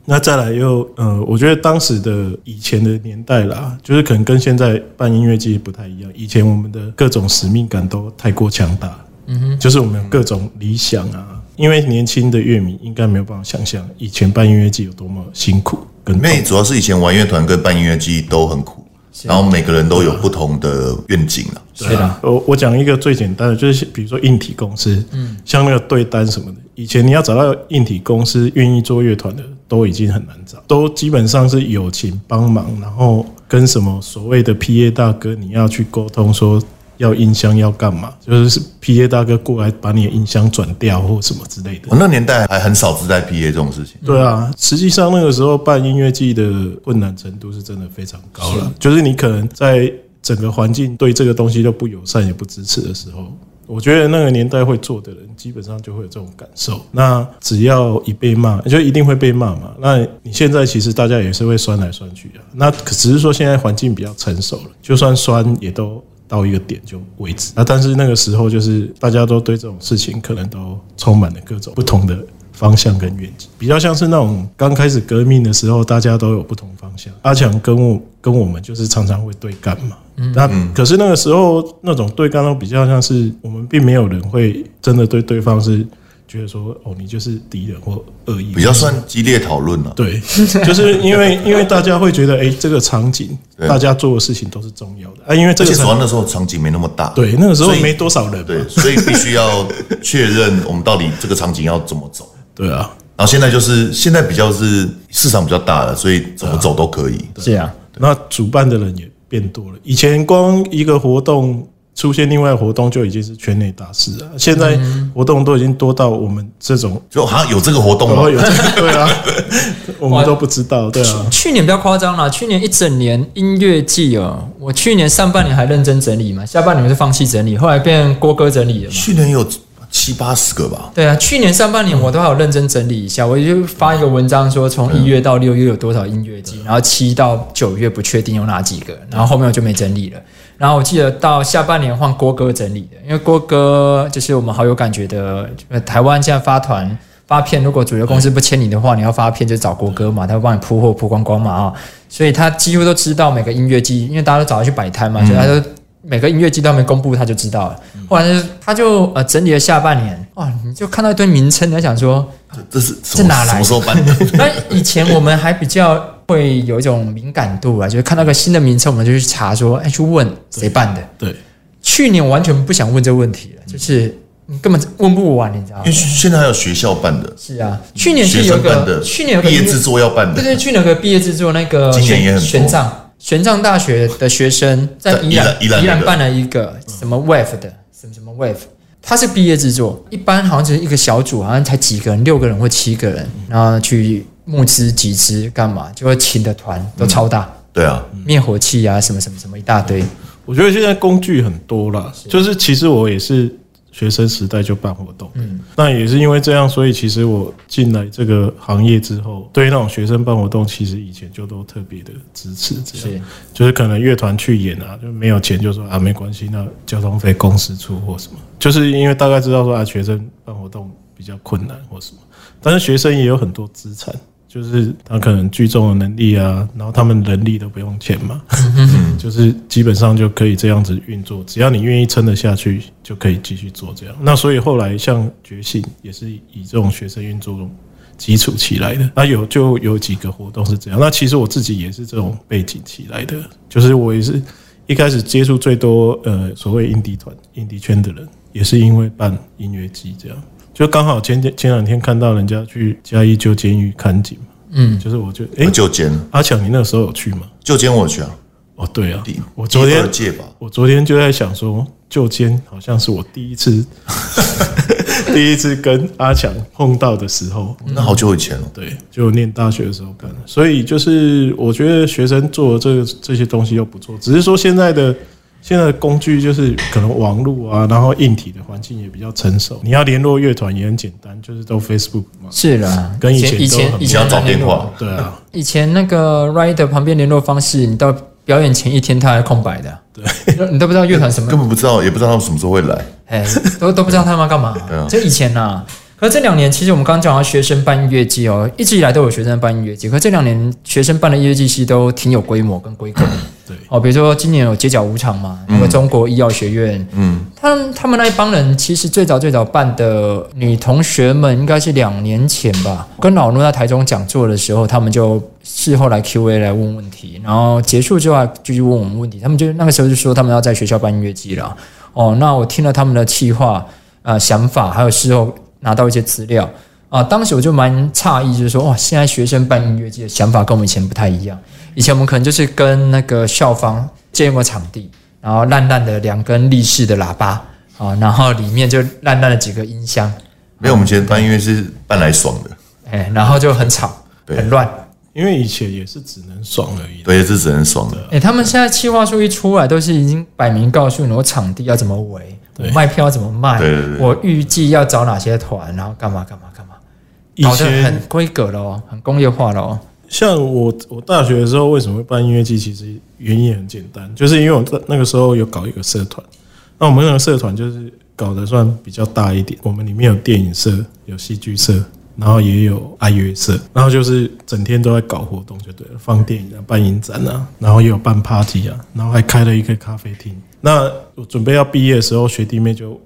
Speaker 2: 那再来又呃，我觉得当时的以前的年代啦，就是可能跟现在办音乐季不太一样。以前我们的各种使命感都太过强大，嗯哼，就是我们有各种理想啊。因为年轻的乐迷应该没有办法想象以前办音乐季有多么辛苦跟
Speaker 1: 因为主要是以前玩乐团跟办音乐季都很苦，然后每个人都有不同的愿景啊。
Speaker 3: 是啦，
Speaker 2: 我呃我讲一个最简单的，就是比如说硬体公司，嗯，像那个对单什么的，以前你要找到硬体公司愿意做乐团的，都已经很难找，都基本上是友情帮忙，然后跟什么所谓的 PA 大哥，你要去沟通说要音箱要干嘛，就是 PA 大哥过来把你的音箱转掉或什么之类的。
Speaker 1: 我那年代还很少自带 PA 这种事情，
Speaker 2: 对啊，实际上那个时候办音乐季的困难程度是真的非常高了，就是你可能在整个环境对这个东西都不友善也不支持的时候。我觉得那个年代会做的人，基本上就会有这种感受。那只要一被骂，就一定会被骂嘛。那你现在其实大家也是会酸来酸去啊。那可只是说现在环境比较成熟了，就算酸也都到一个点就为止。那但是那个时候就是大家都对这种事情可能都充满了各种不同的方向跟愿景，比较像是那种刚开始革命的时候，大家都有不同方向。阿强跟我跟我们就是常常会对干嘛，那
Speaker 1: 嗯
Speaker 2: 可是那个时候那种对干都比较像是我们并没有人会真的对对方是觉得说哦你就是敌人或恶意，
Speaker 1: 比较算激烈讨论啊了。
Speaker 2: 对， 就是因为因为大家会觉得哎、这个场景
Speaker 1: 对
Speaker 2: 大家做的事情都是重要的啊，因为这
Speaker 1: 而
Speaker 2: 个
Speaker 1: 且主要
Speaker 2: 场
Speaker 1: 那时候场景没那么大，
Speaker 2: 对那个时候
Speaker 1: 所以
Speaker 2: 没多少人嘛，
Speaker 1: 对，所以必须要确认我们到底这个场景要怎么走。
Speaker 2: 对啊，
Speaker 1: 然后现在就是现在比较是市场比较大了，所以怎么走都可以。
Speaker 3: 是啊，
Speaker 2: 那主办的人也变多了。以前光一个活动出现另外活动就已经是圈内大事了，现在活动都已经多到我们这种，
Speaker 1: 就好像有这个活动
Speaker 2: 然后
Speaker 1: 吗？
Speaker 3: 哦
Speaker 2: 有这个对啊，我们都不知道，对啊，
Speaker 3: 去年不要夸张了，去年一整年音乐季哦，我去年上半年还认真整理嘛，下半年我就放弃整理，后来变郭哥整理了嘛。
Speaker 1: 去年有七八十个吧，
Speaker 3: 对啊，去年上半年我都还有认真整理一下，我就发一个文章说，从一月到六月有多少音乐季，然后七到九月不确定有哪几个，然后后面我就没整理了。然后我记得到下半年换郭哥整理的，因为郭哥就是我们好有感觉的，呃台湾现在发团发片，如果主流公司不签你的话，你要发片就找郭哥嘛，他会帮你铺货铺光光嘛啊、所以他几乎都知道每个音乐季，因为大家都找他去摆摊嘛，所以他就每个音乐季都还没公布，他就知道了。
Speaker 1: 嗯
Speaker 3: 后来他就他就呃整理了下半年，哇，你就看到一堆名称，你还想说，
Speaker 1: 这是什
Speaker 3: 这
Speaker 1: 么
Speaker 3: 哪来
Speaker 1: 什么时候办的？
Speaker 3: 那以前我们还比较会有一种敏感度啊，就是看到个新的名称，我们就去查说，哎、去问谁办的。
Speaker 2: 对，
Speaker 3: 去年完全不想问这个问题了，就是你根本问不完，你知道
Speaker 1: 因为
Speaker 3: 吗？
Speaker 1: 现在还有学校办的，
Speaker 3: 是啊，去年
Speaker 1: 学
Speaker 3: 是有
Speaker 1: 生
Speaker 3: 一
Speaker 1: 办的，
Speaker 3: 个，去年有个
Speaker 1: 毕业
Speaker 3: 音乐
Speaker 1: 制作要办的，
Speaker 3: 对对，去年有个毕业制作那个
Speaker 1: 今年也很多
Speaker 3: 玄奘玄奘大学的学生在
Speaker 1: 在
Speaker 3: 宜兰
Speaker 1: 宜兰嗯
Speaker 3: 宜兰
Speaker 1: 那个
Speaker 3: 办了一个什么 wave 的什么什么 wave，他是毕业制作，一般好像只是一个小组，好像才几个人，六个人或七个
Speaker 1: 嗯
Speaker 3: 人，然后去募资集资干嘛，就会请的团都超大，
Speaker 1: 对啊，
Speaker 3: 灭火
Speaker 1: 嗯
Speaker 3: 器啊什么什么什么一大堆，
Speaker 2: 我觉得现在工具很多啦，就是其实我也是学生时代就办活动。嗯，那也是因为这样，所以其实我进来这个行业之后，对于那种学生办活动，其实以前就都特别的支持。这
Speaker 3: 是
Speaker 2: 样，就是可能乐团去演啊，就没有钱就说啊没关系，那交通费公司出或什么，就是因为大概知道说啊学生办活动比较困难或什么，但是学生也有很多资产。就是他可能聚众的能力啊，然后他们人力都不用钱嘛，就是基本上就可以这样子运作，只要你愿意撑得下去，就可以继续做这样。那所以后来像觉醒也是以这种学生运作基础起来的，那有就有几个活动是这样。那其实我自己也是这种背景起来的，就是我也是一开始接触最多呃所谓印地团、印地圈的人，也是因为办音乐季这样。就刚好前前两天看到人家去嘉义旧监狱看景嘛，
Speaker 3: 嗯，
Speaker 2: 就是我就哎、
Speaker 1: 旧监，
Speaker 2: 阿强，你那个时候有去吗？
Speaker 1: 旧监我有去啊，
Speaker 2: 哦，对啊
Speaker 1: 第，
Speaker 2: 我昨天
Speaker 1: 第二届吧，
Speaker 2: 我昨天就在想说，旧监好像是我第一次， 第一次跟阿强碰到的时候，
Speaker 1: 那好久以前了。
Speaker 2: 对，就念大学的时候干的。所以就是我觉得学生做的这个这些东西又不错，只是说现在的现在的工具就是可能网络啊，然后硬体的环境也比较成熟，你要联络乐团也很简单，就是都 Facebook 嘛，
Speaker 3: 是啦，
Speaker 2: 跟以前
Speaker 3: 以
Speaker 2: 都
Speaker 3: 前
Speaker 2: 很
Speaker 3: 以
Speaker 1: 你
Speaker 3: 前
Speaker 1: 要
Speaker 3: 很
Speaker 1: 找
Speaker 3: 难联
Speaker 1: 电
Speaker 3: 络
Speaker 1: 话，
Speaker 2: 对啊，
Speaker 3: 以前那个 rider 旁边联络方式，你到表演前一天它还空白的，对，你都不知道乐团什么
Speaker 1: 根，本不知道，也不知道他们什么时候会来。
Speaker 3: 哎，都都不知道他们要干嘛
Speaker 1: 对啊。
Speaker 3: 这以前呐、啊，可是这两年其实我们刚刚讲到学生办音乐季哦，一直以来都有学生办音乐季，可这两年学生办的音乐季其实都挺有规模跟规格
Speaker 1: 嗯
Speaker 3: 的。
Speaker 2: 对
Speaker 3: 哦，比如说今年有街角舞场嘛，那个中国医药学院，
Speaker 1: 嗯，
Speaker 3: 他们他们那一帮人其实最早最早办的女同学们应该是两年前吧，跟老陆在台中讲座的时候，他们就事后来 Q&A 来问问题，然后结束之后还继续问我们问题，他们就那个时候就说他们要在学校办音乐季了。哦，那我听了他们的计划、呃想法，还有事后拿到一些资料啊，当时我就蛮诧异，就是说哇，现在学生办音乐季的想法跟我们以前不太一样。以前我们可能就是跟那个校方借用个场地，然后烂烂的两根立式的喇叭啊，然后里面就烂烂的几个音箱，
Speaker 1: 没有，我们以前办音乐是办来爽的，
Speaker 3: 哎，然后就很吵
Speaker 1: 对
Speaker 3: 很乱。
Speaker 2: 因为以前也是只能爽而已。
Speaker 1: 对，这只能爽的。
Speaker 2: 啊
Speaker 3: 哎、他们现在企划书一出来，都是已经摆明告诉你我场地要怎么围，我
Speaker 2: 对
Speaker 3: 卖票要怎么卖，
Speaker 1: 对对对
Speaker 3: 我预计要找哪些团，然后干嘛干嘛干嘛，
Speaker 2: 以
Speaker 3: 搞得
Speaker 2: 前
Speaker 3: 很规格了哦，很工业化了哦。
Speaker 2: 像我，我大学的时候为什么会办音乐季？其实原因也很简单，就是因为我在那个时候有搞一个社团，那我们那个社团就是搞得算比较大一点，我们里面有电影社、有戏剧社，然后也有爱乐社，然后就是整天都在搞活动，就对了，放电影啊、办影展啊，然后也有办 party 啊，然后还开了一个咖啡厅。那我准备要毕业的时候，学弟妹就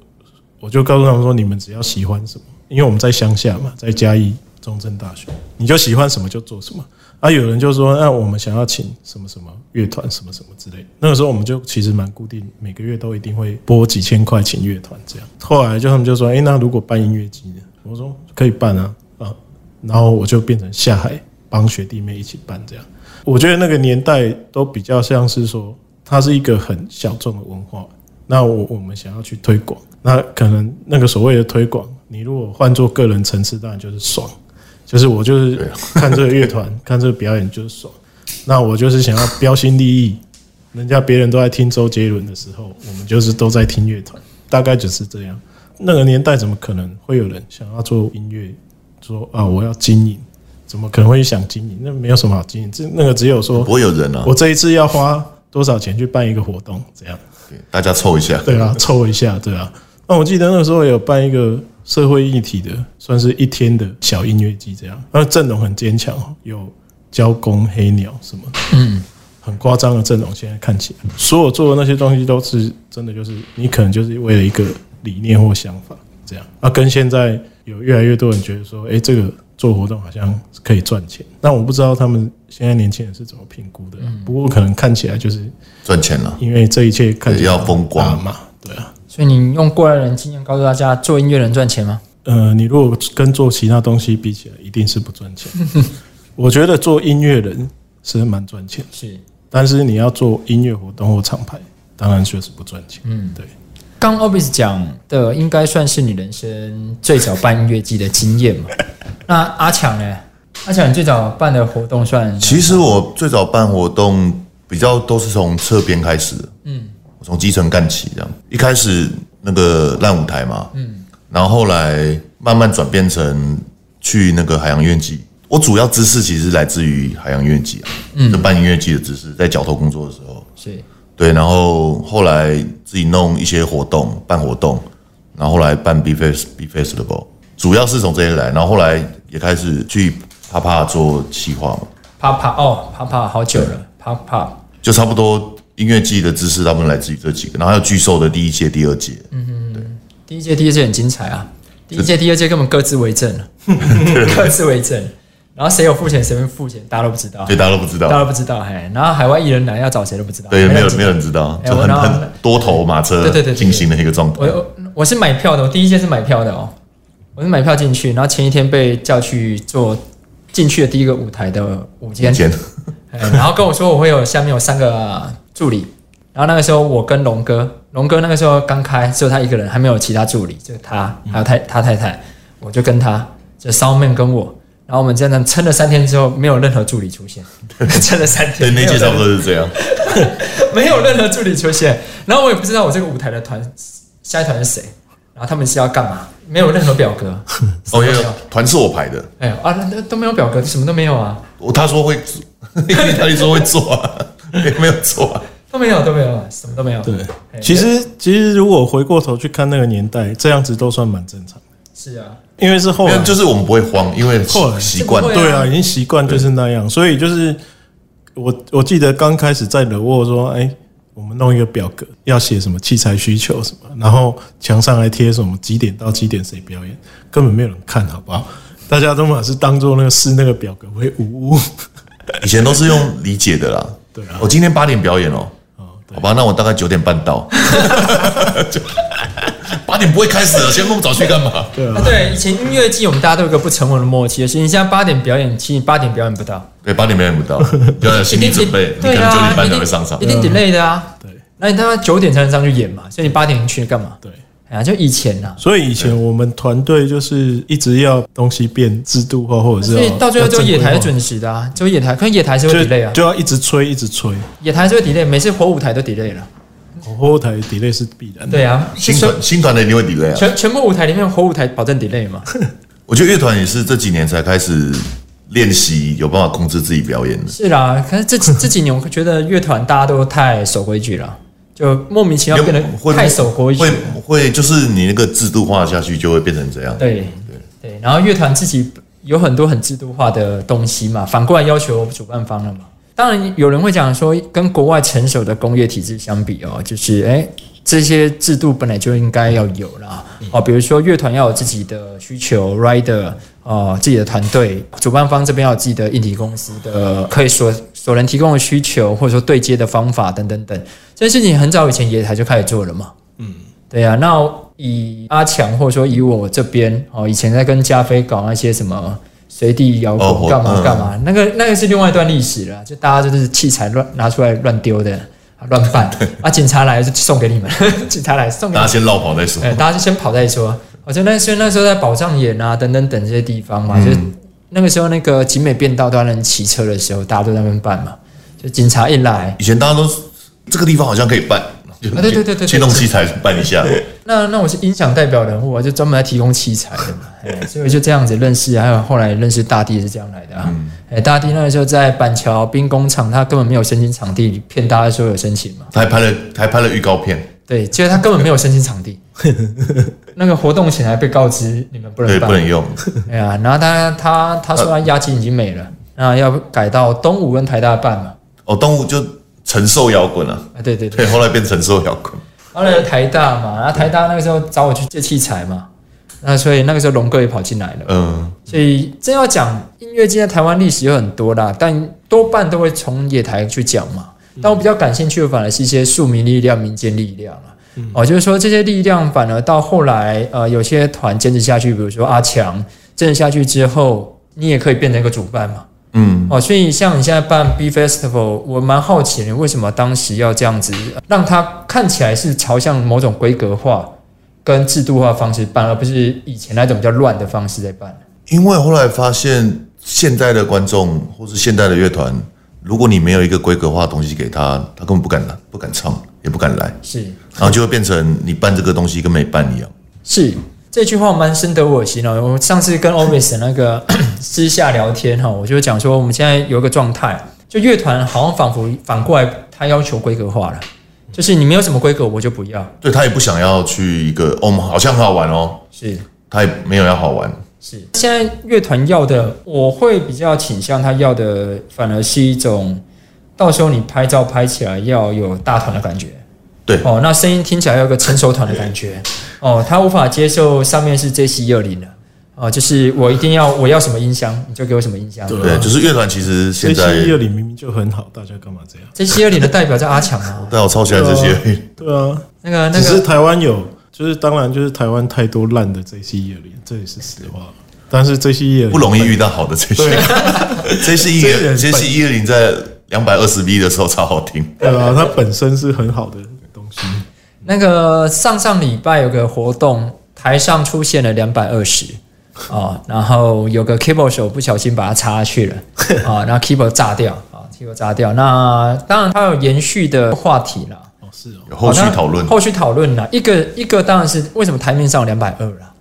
Speaker 2: 我就告诉他们说，你们只要喜欢什么，因为我们在乡下嘛，在嘉义中正大学，你就喜欢什么就做什么。啊，有人就说，那我们想要请什么什么乐团，什么什么之类的。那个时候我们就其实蛮固定，每个月都一定会拨几千块请乐团这样。后来就他们就说，哎、那如果办音乐季呢？我说可以办啊，啊，然后我就变成下海帮学弟妹一起办这样。我觉得那个年代都比较像是说，它是一个很小众的文化。那我我们想要去推广，那可能那个所谓的推广，你如果换做个人层次，当然就是爽，就是我就是看这个乐团，看这个表演就是爽。那我就是想要标新立异，人家别人都在听周杰伦的时候，我们就是都在听乐团，大概就是这样。那个年代怎么可能会有人想要做音乐？说啊，我要经营，怎么可能会想经营？那没有什么好经营，这那个只有说
Speaker 1: 不会有人啊
Speaker 2: 我，这一次要花多少钱去办一个活动，这样。
Speaker 1: 对大家凑一下。
Speaker 2: 对啊，凑一下，对啊。那我记得那个时候有办一个社会议题的，算是一天的小音乐季这样。那阵容很坚强哦，有交工、黑鸟什么的，嗯，很夸张的阵容。现在看起来，所有做的那些东西都是真的，就是你可能就是为了一个理念或想法这样。那跟现在有越来越多人觉得说，哎、这个做活动好像可以赚钱。那我不知道他们现在年轻人是怎么评估的，啊不过可能看起来就是
Speaker 1: 赚钱了，
Speaker 2: 因为这一切看起来
Speaker 1: 要风光
Speaker 2: 很大嘛，对啊。
Speaker 3: 所以你用过来人经验告诉大家，做音乐能赚钱吗？
Speaker 2: 呃，你如果跟做其他东西比起来，一定是不赚 钱。我觉得做音乐人是蛮赚钱，
Speaker 3: 是。
Speaker 2: 但是你要做音乐活动或厂牌，当然确实不赚钱。嗯，对，
Speaker 3: 刚 Obis 讲的应该算是你人生最早办音乐季的经验嘛？那阿强呢？阿强，你最早办的活动算
Speaker 1: 其实我最早办活动比较都是从侧边开始，嗯，我从基层干起，这样一开始那个烂舞台嘛，嗯，然后后来慢慢转变成去那个海洋院祭。我主要知识其实来自于海洋院祭啊，嗯，就办音乐祭的知识，在角头工作的时候，
Speaker 3: 是
Speaker 1: 对，然后后来自己弄一些活动，办活动，然后后来办 B Face B Festival，主要是从这些来，然后后来也开始去啪啪做企划嘛，
Speaker 3: 啪啪哦，啪啪好久了，啪啪
Speaker 1: 就差不多音乐季的知识大部分来自于这几个，然后还有巨兽的第一届、第二届，
Speaker 3: 嗯第一届、第二届很精彩啊！第一届、第二届根本各自为政 了，各自为政。然后谁有付钱，谁没付钱，大家都不知道
Speaker 1: 所，以大家都不知
Speaker 3: 大家
Speaker 1: 道，
Speaker 3: 都不知道。嘿，然后海外艺人来要找谁都不知道，
Speaker 1: 对，没有
Speaker 3: 人
Speaker 1: 没有人知道，
Speaker 3: 哎
Speaker 1: 就
Speaker 3: 我
Speaker 1: 很
Speaker 3: 然后
Speaker 1: 很多头马车
Speaker 3: 对对对对对
Speaker 1: 进行的一个状态
Speaker 3: 我。我我是买票的，我第一届是买票的哦，我是买票进去，然后前一天被叫去做进去的第一个舞台的舞间，
Speaker 1: 前
Speaker 3: 哎然后跟我说我会有下面有三个助理，然后那个时候我跟龙哥，龙哥那个时候刚开，只有他一个人，还没有其他助理，就他还有太他太太，我就跟他就烧面跟我，然后我们这样撑了三天之后，没有任何助理出 现，撑了三
Speaker 1: 对那
Speaker 3: 天，没有
Speaker 1: 届
Speaker 3: 任
Speaker 1: 差不多是这样，哦
Speaker 3: 没有任何助理出现，然后我也不知道我这个舞台的团下一团是谁，然后他们是要干嘛，没有任何表 格，
Speaker 1: 哦，
Speaker 3: 什
Speaker 1: 因为
Speaker 3: 么都啊没有
Speaker 1: 团是我排的，
Speaker 3: 哎呦啊，那那都没有表格，什么都没有啊，
Speaker 1: 我他说会做， 他就说会做啊， 也没有做啊，
Speaker 3: 都没有都没有啊，什么都没有，
Speaker 2: 对
Speaker 3: 哎，
Speaker 2: 其实其实如果回过头去看那个年代，这样子都算蛮正常的，
Speaker 3: 是啊，
Speaker 2: 因为是后
Speaker 1: 没
Speaker 2: 来
Speaker 1: 有，就是我们不会慌，因为
Speaker 2: 后来
Speaker 1: 习惯
Speaker 3: 哦这不会
Speaker 2: 对啊，已经习惯就是那样，所以就是我我记得刚开始在惹沃说，哎、我们弄一个表格，要写什么器材需求什么，然后墙上还贴什么几点到几点谁表演，根本没有人看好不好？大家都嘛是当做那个视那个表格为无物，
Speaker 1: 以前都是用理解的啦。
Speaker 2: 对啊
Speaker 1: 我今天八点表演哦，好吧，那我大概九点半到。 就八点不会开始了，先那么早去干嘛？
Speaker 2: 对
Speaker 3: 啊
Speaker 2: 啊，
Speaker 3: 对，以前音乐季我们大家都有个不成文的默契，就是你现在八点表演，其实你八点表演不到，
Speaker 1: 对，八点表演不 到，要有心理准备，你可
Speaker 3: 对
Speaker 1: 能九
Speaker 3: 啊，
Speaker 1: 点半才会上场
Speaker 3: 一。定 delay 的啊，
Speaker 2: 对
Speaker 3: 那你他妈九点才能上去演嘛，所以你八点去干嘛？
Speaker 2: 对。
Speaker 3: 哎呀，就以前呐、啊。
Speaker 2: 所以以前我们团队就是一直要东西变制度化，或者是
Speaker 3: 所以
Speaker 2: 要
Speaker 3: 到最后就野台
Speaker 2: 要正
Speaker 3: 是
Speaker 2: 规
Speaker 3: 准时的啊，就野台，可是野台是会 delay 啊
Speaker 2: 化就，就要一直催，一直催，
Speaker 3: 野台是会 delay，每次火舞台都 delay 了。
Speaker 2: 哦后台 delay 是必然的。
Speaker 3: 对啊，
Speaker 1: 新
Speaker 3: 全
Speaker 1: 团新团的一定会 delay 啊。
Speaker 3: 全全部舞台里面火舞台保证 delay 嘛，
Speaker 1: 我觉得乐团也是这几年才开始练习，有办法控制自己表演的。
Speaker 3: 是啦。可是这 几这几年，我觉得乐团大家都太守规矩了，就莫名其妙变得
Speaker 1: 会
Speaker 3: 太守规矩
Speaker 1: 会。会就是你那个制度化下去，就会变成这样。
Speaker 3: 对对，然后乐团自己有很多很制度化的东西嘛，反过来要求主办方了嘛。当然，有人会讲说，跟国外成熟的工业体制相比哦，就是哎，这些制度本来就应该要有啦。
Speaker 1: 嗯
Speaker 3: 哦，比如说乐团要有自己的需求，rider 哦，自己的团队，主办方这边要有自己的硬体公司的可以所所能提供的需求，或者说对接的方法等等等，这件事情很早以前野台就开始做了嘛。对啊，那以阿强或者说以我这边哦，以前在跟加菲搞那些什么随地摇
Speaker 1: 哦
Speaker 3: 滚
Speaker 1: 我
Speaker 3: 干嘛
Speaker 1: 嗯
Speaker 3: 干嘛，那个那个是另外一段历史了，就大家就是器材乱拿出来乱丢的，啊 乱办啊，警察来就送给你们， 警察来送给你
Speaker 1: 大家
Speaker 3: 们，
Speaker 1: 先绕跑再说
Speaker 3: 哎，。大家就先跑再说。我觉得那所以那时候在宝藏岩啊等等等这些地方
Speaker 1: 嗯
Speaker 3: 嘛，就是那个时候那个景美变道都还能骑车的时候，大家都在那边办嘛，就警察一来，
Speaker 1: 以前大家都是这个地方好像可以办，就
Speaker 3: 啊对对对对
Speaker 1: 去弄器材办一下。
Speaker 3: 那那我是音响代表人物啊，就专门来提供器材的嘛，哎所以我就这样子认识，还有后来认识大地也是这样来的啊。
Speaker 1: 嗯
Speaker 3: 哎，大地那个时候在板桥兵工厂，他根本没有申请场地，骗大家说有申请嘛，
Speaker 1: 他还拍了，还拍了预告片，
Speaker 3: 对，结果他根本没有申请 场地，那个活动前还被告知你们不
Speaker 1: 对，
Speaker 3: 能
Speaker 1: 不
Speaker 3: 办
Speaker 1: 能，用。
Speaker 3: 哎呀，然后他他他说他押金已经没了，那要改到东吴跟台大办嘛，
Speaker 1: 哦，动物就承受摇滚啊，
Speaker 3: 啊，对对
Speaker 1: 对，
Speaker 3: 对，
Speaker 1: 后来变承受摇滚。
Speaker 3: 后来有台大嘛，然后台大那个时候找我去借器材嘛，那所以那个时候龙哥也跑进来了。
Speaker 1: 嗯，
Speaker 3: 所以真要讲音乐界在台湾历史有很多啦，但多半都会从野台去讲嘛。但我比较感兴趣的反而是一些庶民力量、民间力量啦。哦，就是说这些力量反而到后来，呃，有些团坚持下去，比如说阿强坚持下去之后，你也可以变成一个主办嘛。
Speaker 1: 嗯，
Speaker 3: 哦，所以像你现在办 B Festival，我蛮好奇你为什么当时要这样子，呃让它看起来是朝向某种规格化跟制度化方式办，而不是以前那种比较乱的方式在办。
Speaker 1: 因为后来发现现在的观众或是现在的乐团，如果你没有一个规格化的东西给他，他根本不敢来，不敢唱，也不敢来，
Speaker 3: 是
Speaker 1: 然后就会变成你办这个东西跟没办一样。
Speaker 3: 是，这句话蛮深得我心哦。我上次跟 Ovis 那个 私下聊天哈、哦我就讲说，我们现在有一个状态，就乐团好像仿佛反过来，他要求规格化了，就是你没有什么规格，我就不要。
Speaker 1: 对他也不想要去一个，哦，我们好像很好玩哦，
Speaker 3: 是
Speaker 1: 他也没有要好玩，
Speaker 3: 是，现在乐团要的，我会比较倾向他要的，反而是一种，到时候你拍照拍起来要有大团的感觉。
Speaker 1: 对
Speaker 3: 哦，那声音听起来要有个成熟团的感觉。哦，他无法接受上面是 J C 二零的。哦，就是我一定要我要什么音箱，你就给我什么音箱。
Speaker 1: 对，就是乐团其实现在
Speaker 2: 啊这些，二零明明就很好，大家干嘛这样？
Speaker 3: J C 二零的代表叫阿强啊，
Speaker 1: 对啊，我抄起来这些，
Speaker 2: 对啊，
Speaker 3: 那个那
Speaker 2: 只是
Speaker 3: 个
Speaker 2: 台湾有，就是当然就是台湾太多烂的这些业里，这也是实话。但是这些业里
Speaker 1: 不容易遇到好的这些。 这是一
Speaker 2: 这人
Speaker 1: 这是一二零在两百二十 B 的时候超好听，
Speaker 2: 对啊，它本身是很好的东西。
Speaker 3: 那个上上礼拜有个活动，台上出现了两百二十。哦，然后有个 keyboard 手不小心把它插下去了，啊、然后 keyboard 炸掉，啊、k e y b o a r d 炸掉。那当然它有延续的话题啦，
Speaker 2: 哦，是哦，
Speaker 1: 有后续讨论
Speaker 3: 好那。后续讨论啦。一个一个当然是为什么台面上有两百二啦。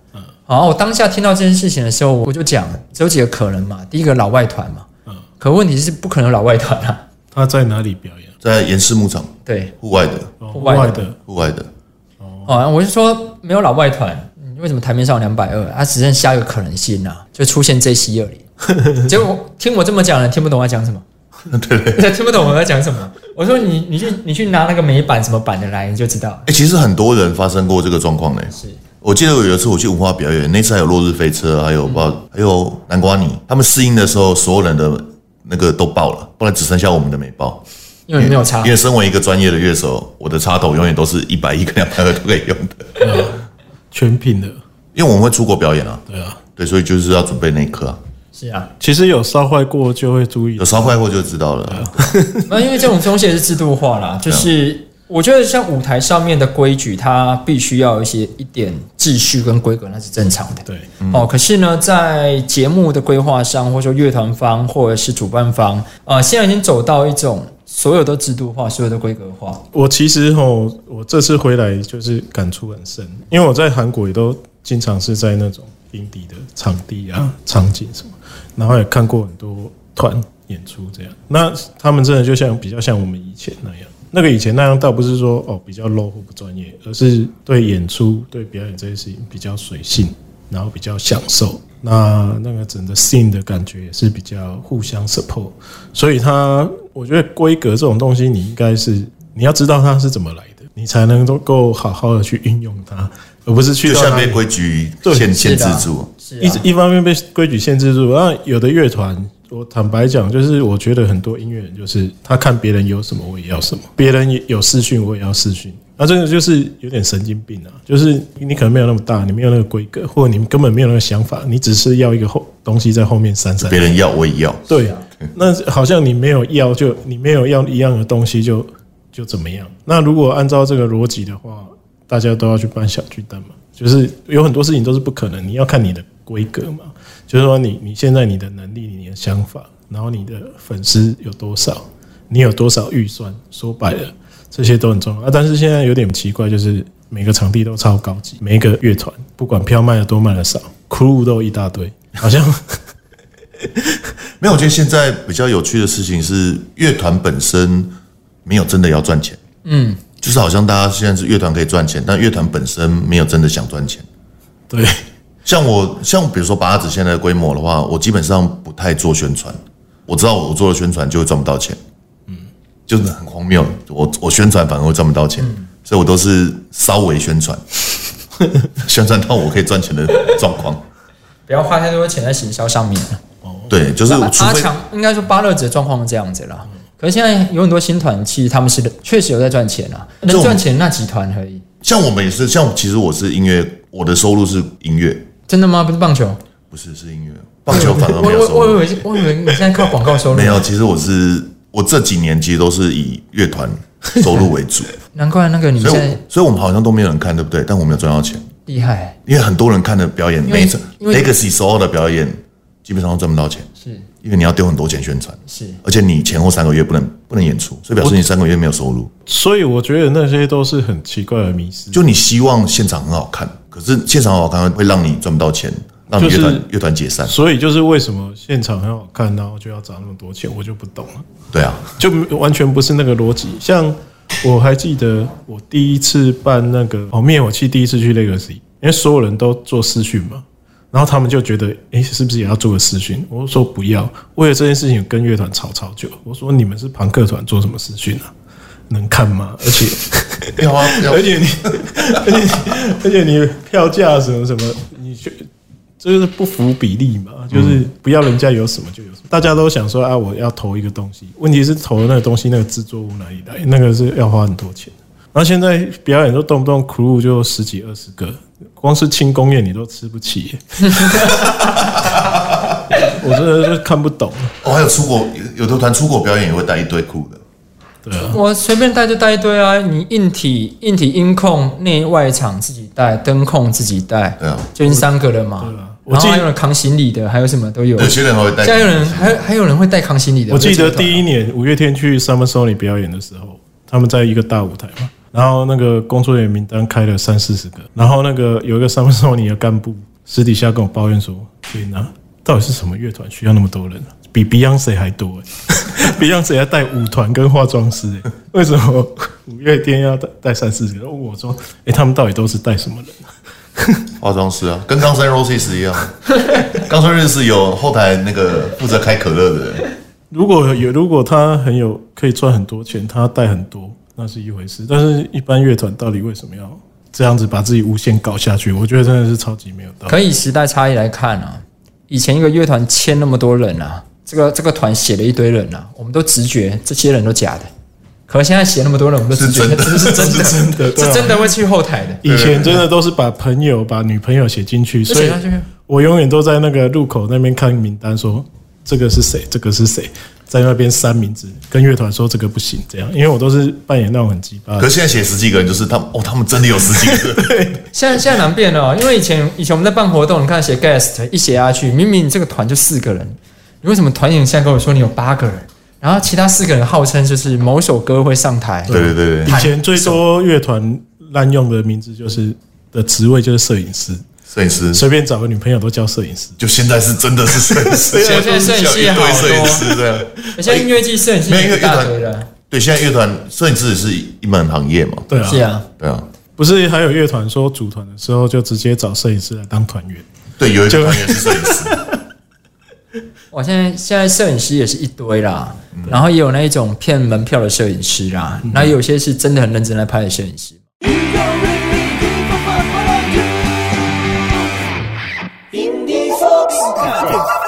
Speaker 3: 好，我当下听到这件事情的时候，我就讲只有几个可能嘛。第一个老外团嘛，
Speaker 2: 嗯
Speaker 3: 可问题是不可能有老外团啊。
Speaker 2: 它在哪里表演？
Speaker 1: 在岩石牧场，
Speaker 3: 对，
Speaker 1: 户外的，
Speaker 2: 哦
Speaker 3: 户
Speaker 2: 户
Speaker 3: 外的
Speaker 2: 外的，
Speaker 1: 户外的，
Speaker 3: 哦，我是说没有老外团，嗯为什么台面上有两百二？它只剩下一个可能性啦、就出现 J C 二零。结果听我这么讲，人听不懂我在讲什么。对对， 听不懂我在讲什么。我说你你去你去拿那个美版什么版的来，你就知道了。
Speaker 1: 哎、其实很多人发生过这个状况呢。
Speaker 3: 是
Speaker 1: 我记得有一次我去文化表演，那次还有落日飞车，还有不知道
Speaker 3: 嗯
Speaker 1: 还有南瓜泥，他们试音的时候，所有人的那个都爆了，后来只剩下我们的没爆。
Speaker 3: 因为你没有差
Speaker 1: 因，为身为一个专业的乐手，我的插头永远都是一百一跟两百二都可以用的，
Speaker 2: 全品的，
Speaker 1: 因为我们会出国表演啊，
Speaker 2: 对啊。
Speaker 1: 对，所以就是要准备那一颗啊，
Speaker 3: 是啊。
Speaker 2: 其实有烧坏过就会注意
Speaker 1: 有，烧坏货就知道
Speaker 3: 啊
Speaker 1: 了。
Speaker 3: 那因为这种东西也是制度化啦，就是我觉得像舞台上面的规矩，它必须要有一些一点秩序跟规格，那是正常的。
Speaker 2: 对，
Speaker 1: 嗯
Speaker 3: 哦，可是呢，在节目的规划上，或者说乐团方或者是主办方，呃，现在已经走到一种所有都制度化，所有都规格化。
Speaker 2: 我其实吼，我这次回来就是感触很深，因为我在韩国也都经常是在那种营地的场地啊、
Speaker 3: 嗯
Speaker 2: 场景什么，然后也看过很多团演出这样。那他们真的就像比较像我们以前那样，那个以前那样倒不是说哦比较 low 或不专业，而是对演出、对表演这些事情比较随性，然后比较享受。那那个整个 scene 的感觉也是比较互相 support，所以它我觉得规格这种东西，你应该是你要知道它是怎么来的，你才能够好好的去运用它，而不是去
Speaker 1: 就
Speaker 2: 到
Speaker 1: 像
Speaker 2: 那
Speaker 1: 被
Speaker 2: 里
Speaker 1: 规矩
Speaker 2: 对
Speaker 1: 限
Speaker 3: 是
Speaker 1: 限
Speaker 3: 的
Speaker 1: 制
Speaker 3: 啊
Speaker 1: 住，
Speaker 3: 是
Speaker 2: 一
Speaker 3: 啊
Speaker 2: 直，一方面被规矩限制住，那有的乐团，我坦白讲，就是我觉得很多音乐人就是他看别人有什么，我也要什么；别人也有视讯，我也要视讯。那这个就是有点神经病啊！就是你可能没有那么大，你没有那个规格，或者你根本没有那个想法，你只是要一个后东西在后面闪闪
Speaker 1: 别。人要我也要，
Speaker 2: 对，那好像你没有要就你没有要一样的东西就就怎么样？那如果按照这个逻辑的话，大家都要去办小巨蛋嘛，就是有很多事情都是不可能，你要看你的规格嘛，就是说你你现在你的能力、你的想法，然后你的粉丝有多少，你有多少预算，说白了这些都很重要啊。但是现在有点奇怪，就是每个场地都超高级，每一个乐团不管票卖的多卖的少，crew 都一大堆，好像
Speaker 1: 没有，我觉得现在比较有趣的事情是，乐团本身没有真的要赚钱。
Speaker 3: 嗯，
Speaker 1: 就是好像大家现在是乐团可以赚钱，但乐团本身没有真的想赚钱。
Speaker 2: 对。
Speaker 1: 像我，像比如说八子现在的规模的话，我基本上不太做宣传。我知道我做了宣传就会赚不到钱，嗯，就是很荒谬。我我宣传反而会赚不到钱，所以我都是稍微宣传， 宣传到我可以赚钱的状况。
Speaker 3: 不要花太多钱在行销上面。
Speaker 1: 对，就是我除
Speaker 3: 阿
Speaker 1: 非
Speaker 3: 强应该说巴乐子的状况是这样子啦。可是现在有很多新团，其实他们是确实有在赚钱啊，
Speaker 1: 这
Speaker 3: 能
Speaker 1: 种
Speaker 3: 赚钱那几团而已。
Speaker 1: 像我们也是，像其实我是音乐，我的收入是音乐，
Speaker 3: 真的吗？不是棒球。
Speaker 1: 不是是音乐，棒球反而
Speaker 3: 我
Speaker 1: 没有
Speaker 3: 我
Speaker 1: 收
Speaker 3: 我以
Speaker 1: 入。
Speaker 3: 为是我以为你现在靠广告收入，
Speaker 1: 没有，其实我是我这几年其实都是以乐团收入为 主，
Speaker 3: 难怪那个你
Speaker 1: 所
Speaker 3: 现
Speaker 1: 以
Speaker 3: 在
Speaker 1: 我所以我们好像都没有人看，对不对？但我没有赚到钱，
Speaker 3: 厉害，
Speaker 1: 因为很多人看的表演，
Speaker 3: 为
Speaker 1: 每一场
Speaker 3: 因为
Speaker 1: Legacy 所有的表演基本上都赚不到钱，
Speaker 3: 是
Speaker 1: 因为你要丢很多钱宣传，
Speaker 3: 是
Speaker 1: 而且你前后三个月不能不能演出，所以表示你三个月没有收入。
Speaker 2: 所以我觉得那些都是很奇怪的迷失。
Speaker 1: 就你希望现场很好看，可是现场很好看会让你赚不到钱，让你乐团、
Speaker 2: 就是
Speaker 1: 乐团解散。
Speaker 2: 所以就是为什么现场很好看，然后就要砸那么多钱，我就不懂了，
Speaker 1: 对啊，
Speaker 2: 就完全不是那个逻辑。像我还记得我第一次办那个哦灭火器，第一次去 Legacy，因为所有人都做私讯嘛，然后他们就觉得，诶，是不是也要做个私讯？我说不要，为了这件事情跟乐团吵超久。我说你们是朋克团，做什么私讯啊？能看吗？而且。
Speaker 1: 要啊，要
Speaker 2: 而且你，而且而且你票价什么什么，你去这就是不符比例嘛，就是不要人家有什么就有什么。大家都想说啊，我要投一个东西，问题是投的那个东西，那个制作物哪里来？那个是要花很多钱。然后现在表演都动不动 crew 就十几二十个，光是庆功宴你都吃不起耶、 我真的是看不懂。啊
Speaker 1: 哦，还有出国，有有的团出国表演也会带一堆酷的，
Speaker 2: 对啊，
Speaker 3: 我随便带就带一堆啊，你硬体、硬体音控、内外场自己带，灯控自己带，
Speaker 1: 对啊，
Speaker 3: 就已经三个人嘛。
Speaker 2: 啊我
Speaker 3: 然
Speaker 2: 记
Speaker 3: 后还有人扛行李的，还有什么都有。
Speaker 1: 有些人还会带
Speaker 3: 现。在有人还还有人会带扛行李的。
Speaker 2: 我记得
Speaker 3: 一
Speaker 2: 第一年五月天去 Summer Sony 表演的时候，他们在一个大舞台嘛，然后那个工作人员名单开了三四十个，然后那个有一个 Summer Sony 的干部私底下跟我抱怨说：“天哪，到底是什么乐团需要那么多人、啊？比 Beyonce 还多、欸、，Beyonce 要带舞团跟化妆师、欸，为什么五月天要带带三四十个？”我说：“哎、他们到底都是带什么人啊、
Speaker 1: 化妆师啊，跟冈山 Roses 一样， 冈山 Roses 有后台那个负责开可乐的人，
Speaker 2: 如果有，如果他很有可以赚很多钱，他带很多，那是一回事。但是一般乐团到底为什么要这样子把自己无限搞下去？我觉得真的是超级没有道理。
Speaker 3: 可以时代差异来看啊，以前一个乐团签那么多人啊，这个这个团写了一堆人啊，我们都直觉这些人都假的。可现在写那么多人，我们都直觉
Speaker 1: 是真的
Speaker 3: 这是真的，
Speaker 2: 是真的对啊
Speaker 3: 是真的会去后台的。
Speaker 2: 以前真的都是把朋友、把女朋友写进去，所以
Speaker 3: 而且他就
Speaker 2: 我永远都在那个路口那边看名单说这个是谁，这个是谁，在那边删名字，跟乐团说这个不行，这样，因为我都是扮演那种很鸡巴的
Speaker 1: 可是现在写十几个人，就是他们哦，他们真的有十几个人，
Speaker 3: 现在现在难变了哦，因为以前以前我们在办活动，你看写 guest 一写下去，明明你这个团就四个人，你为什么团演现在跟我说你有八个人？然后其他四个人号称就是某首歌会上台，
Speaker 1: 对对对
Speaker 2: 以
Speaker 1: 对，
Speaker 2: 前最多乐团滥用的名字就是的职位就是摄影师，
Speaker 1: 摄影师。
Speaker 2: 随便找个女朋友都叫摄影师。
Speaker 1: 就现在是真的是摄影师，
Speaker 3: 对啊
Speaker 1: 现在
Speaker 3: 现在摄影师
Speaker 1: 一
Speaker 3: 也好
Speaker 1: 堆
Speaker 3: 多
Speaker 1: 摄影师这样。
Speaker 3: 而且音乐季摄影师
Speaker 1: 没有因为
Speaker 3: 一大
Speaker 1: 乐
Speaker 3: 堆
Speaker 1: 团
Speaker 3: 的，
Speaker 1: 对，现在乐团摄影师也是一门行业嘛，
Speaker 2: 对啊，
Speaker 3: 是啊，
Speaker 1: 对啊，
Speaker 2: 不是还有乐团说组团的时候就直接找摄影师来当团员，
Speaker 1: 对，有一个
Speaker 2: 就
Speaker 1: 团员是摄影师，
Speaker 3: 哇，现在现在摄影师也是一堆啦，然后也有那一种骗门票的摄影师啦，然后有些是真的很认真在拍的摄影师。
Speaker 4: Indie Fox.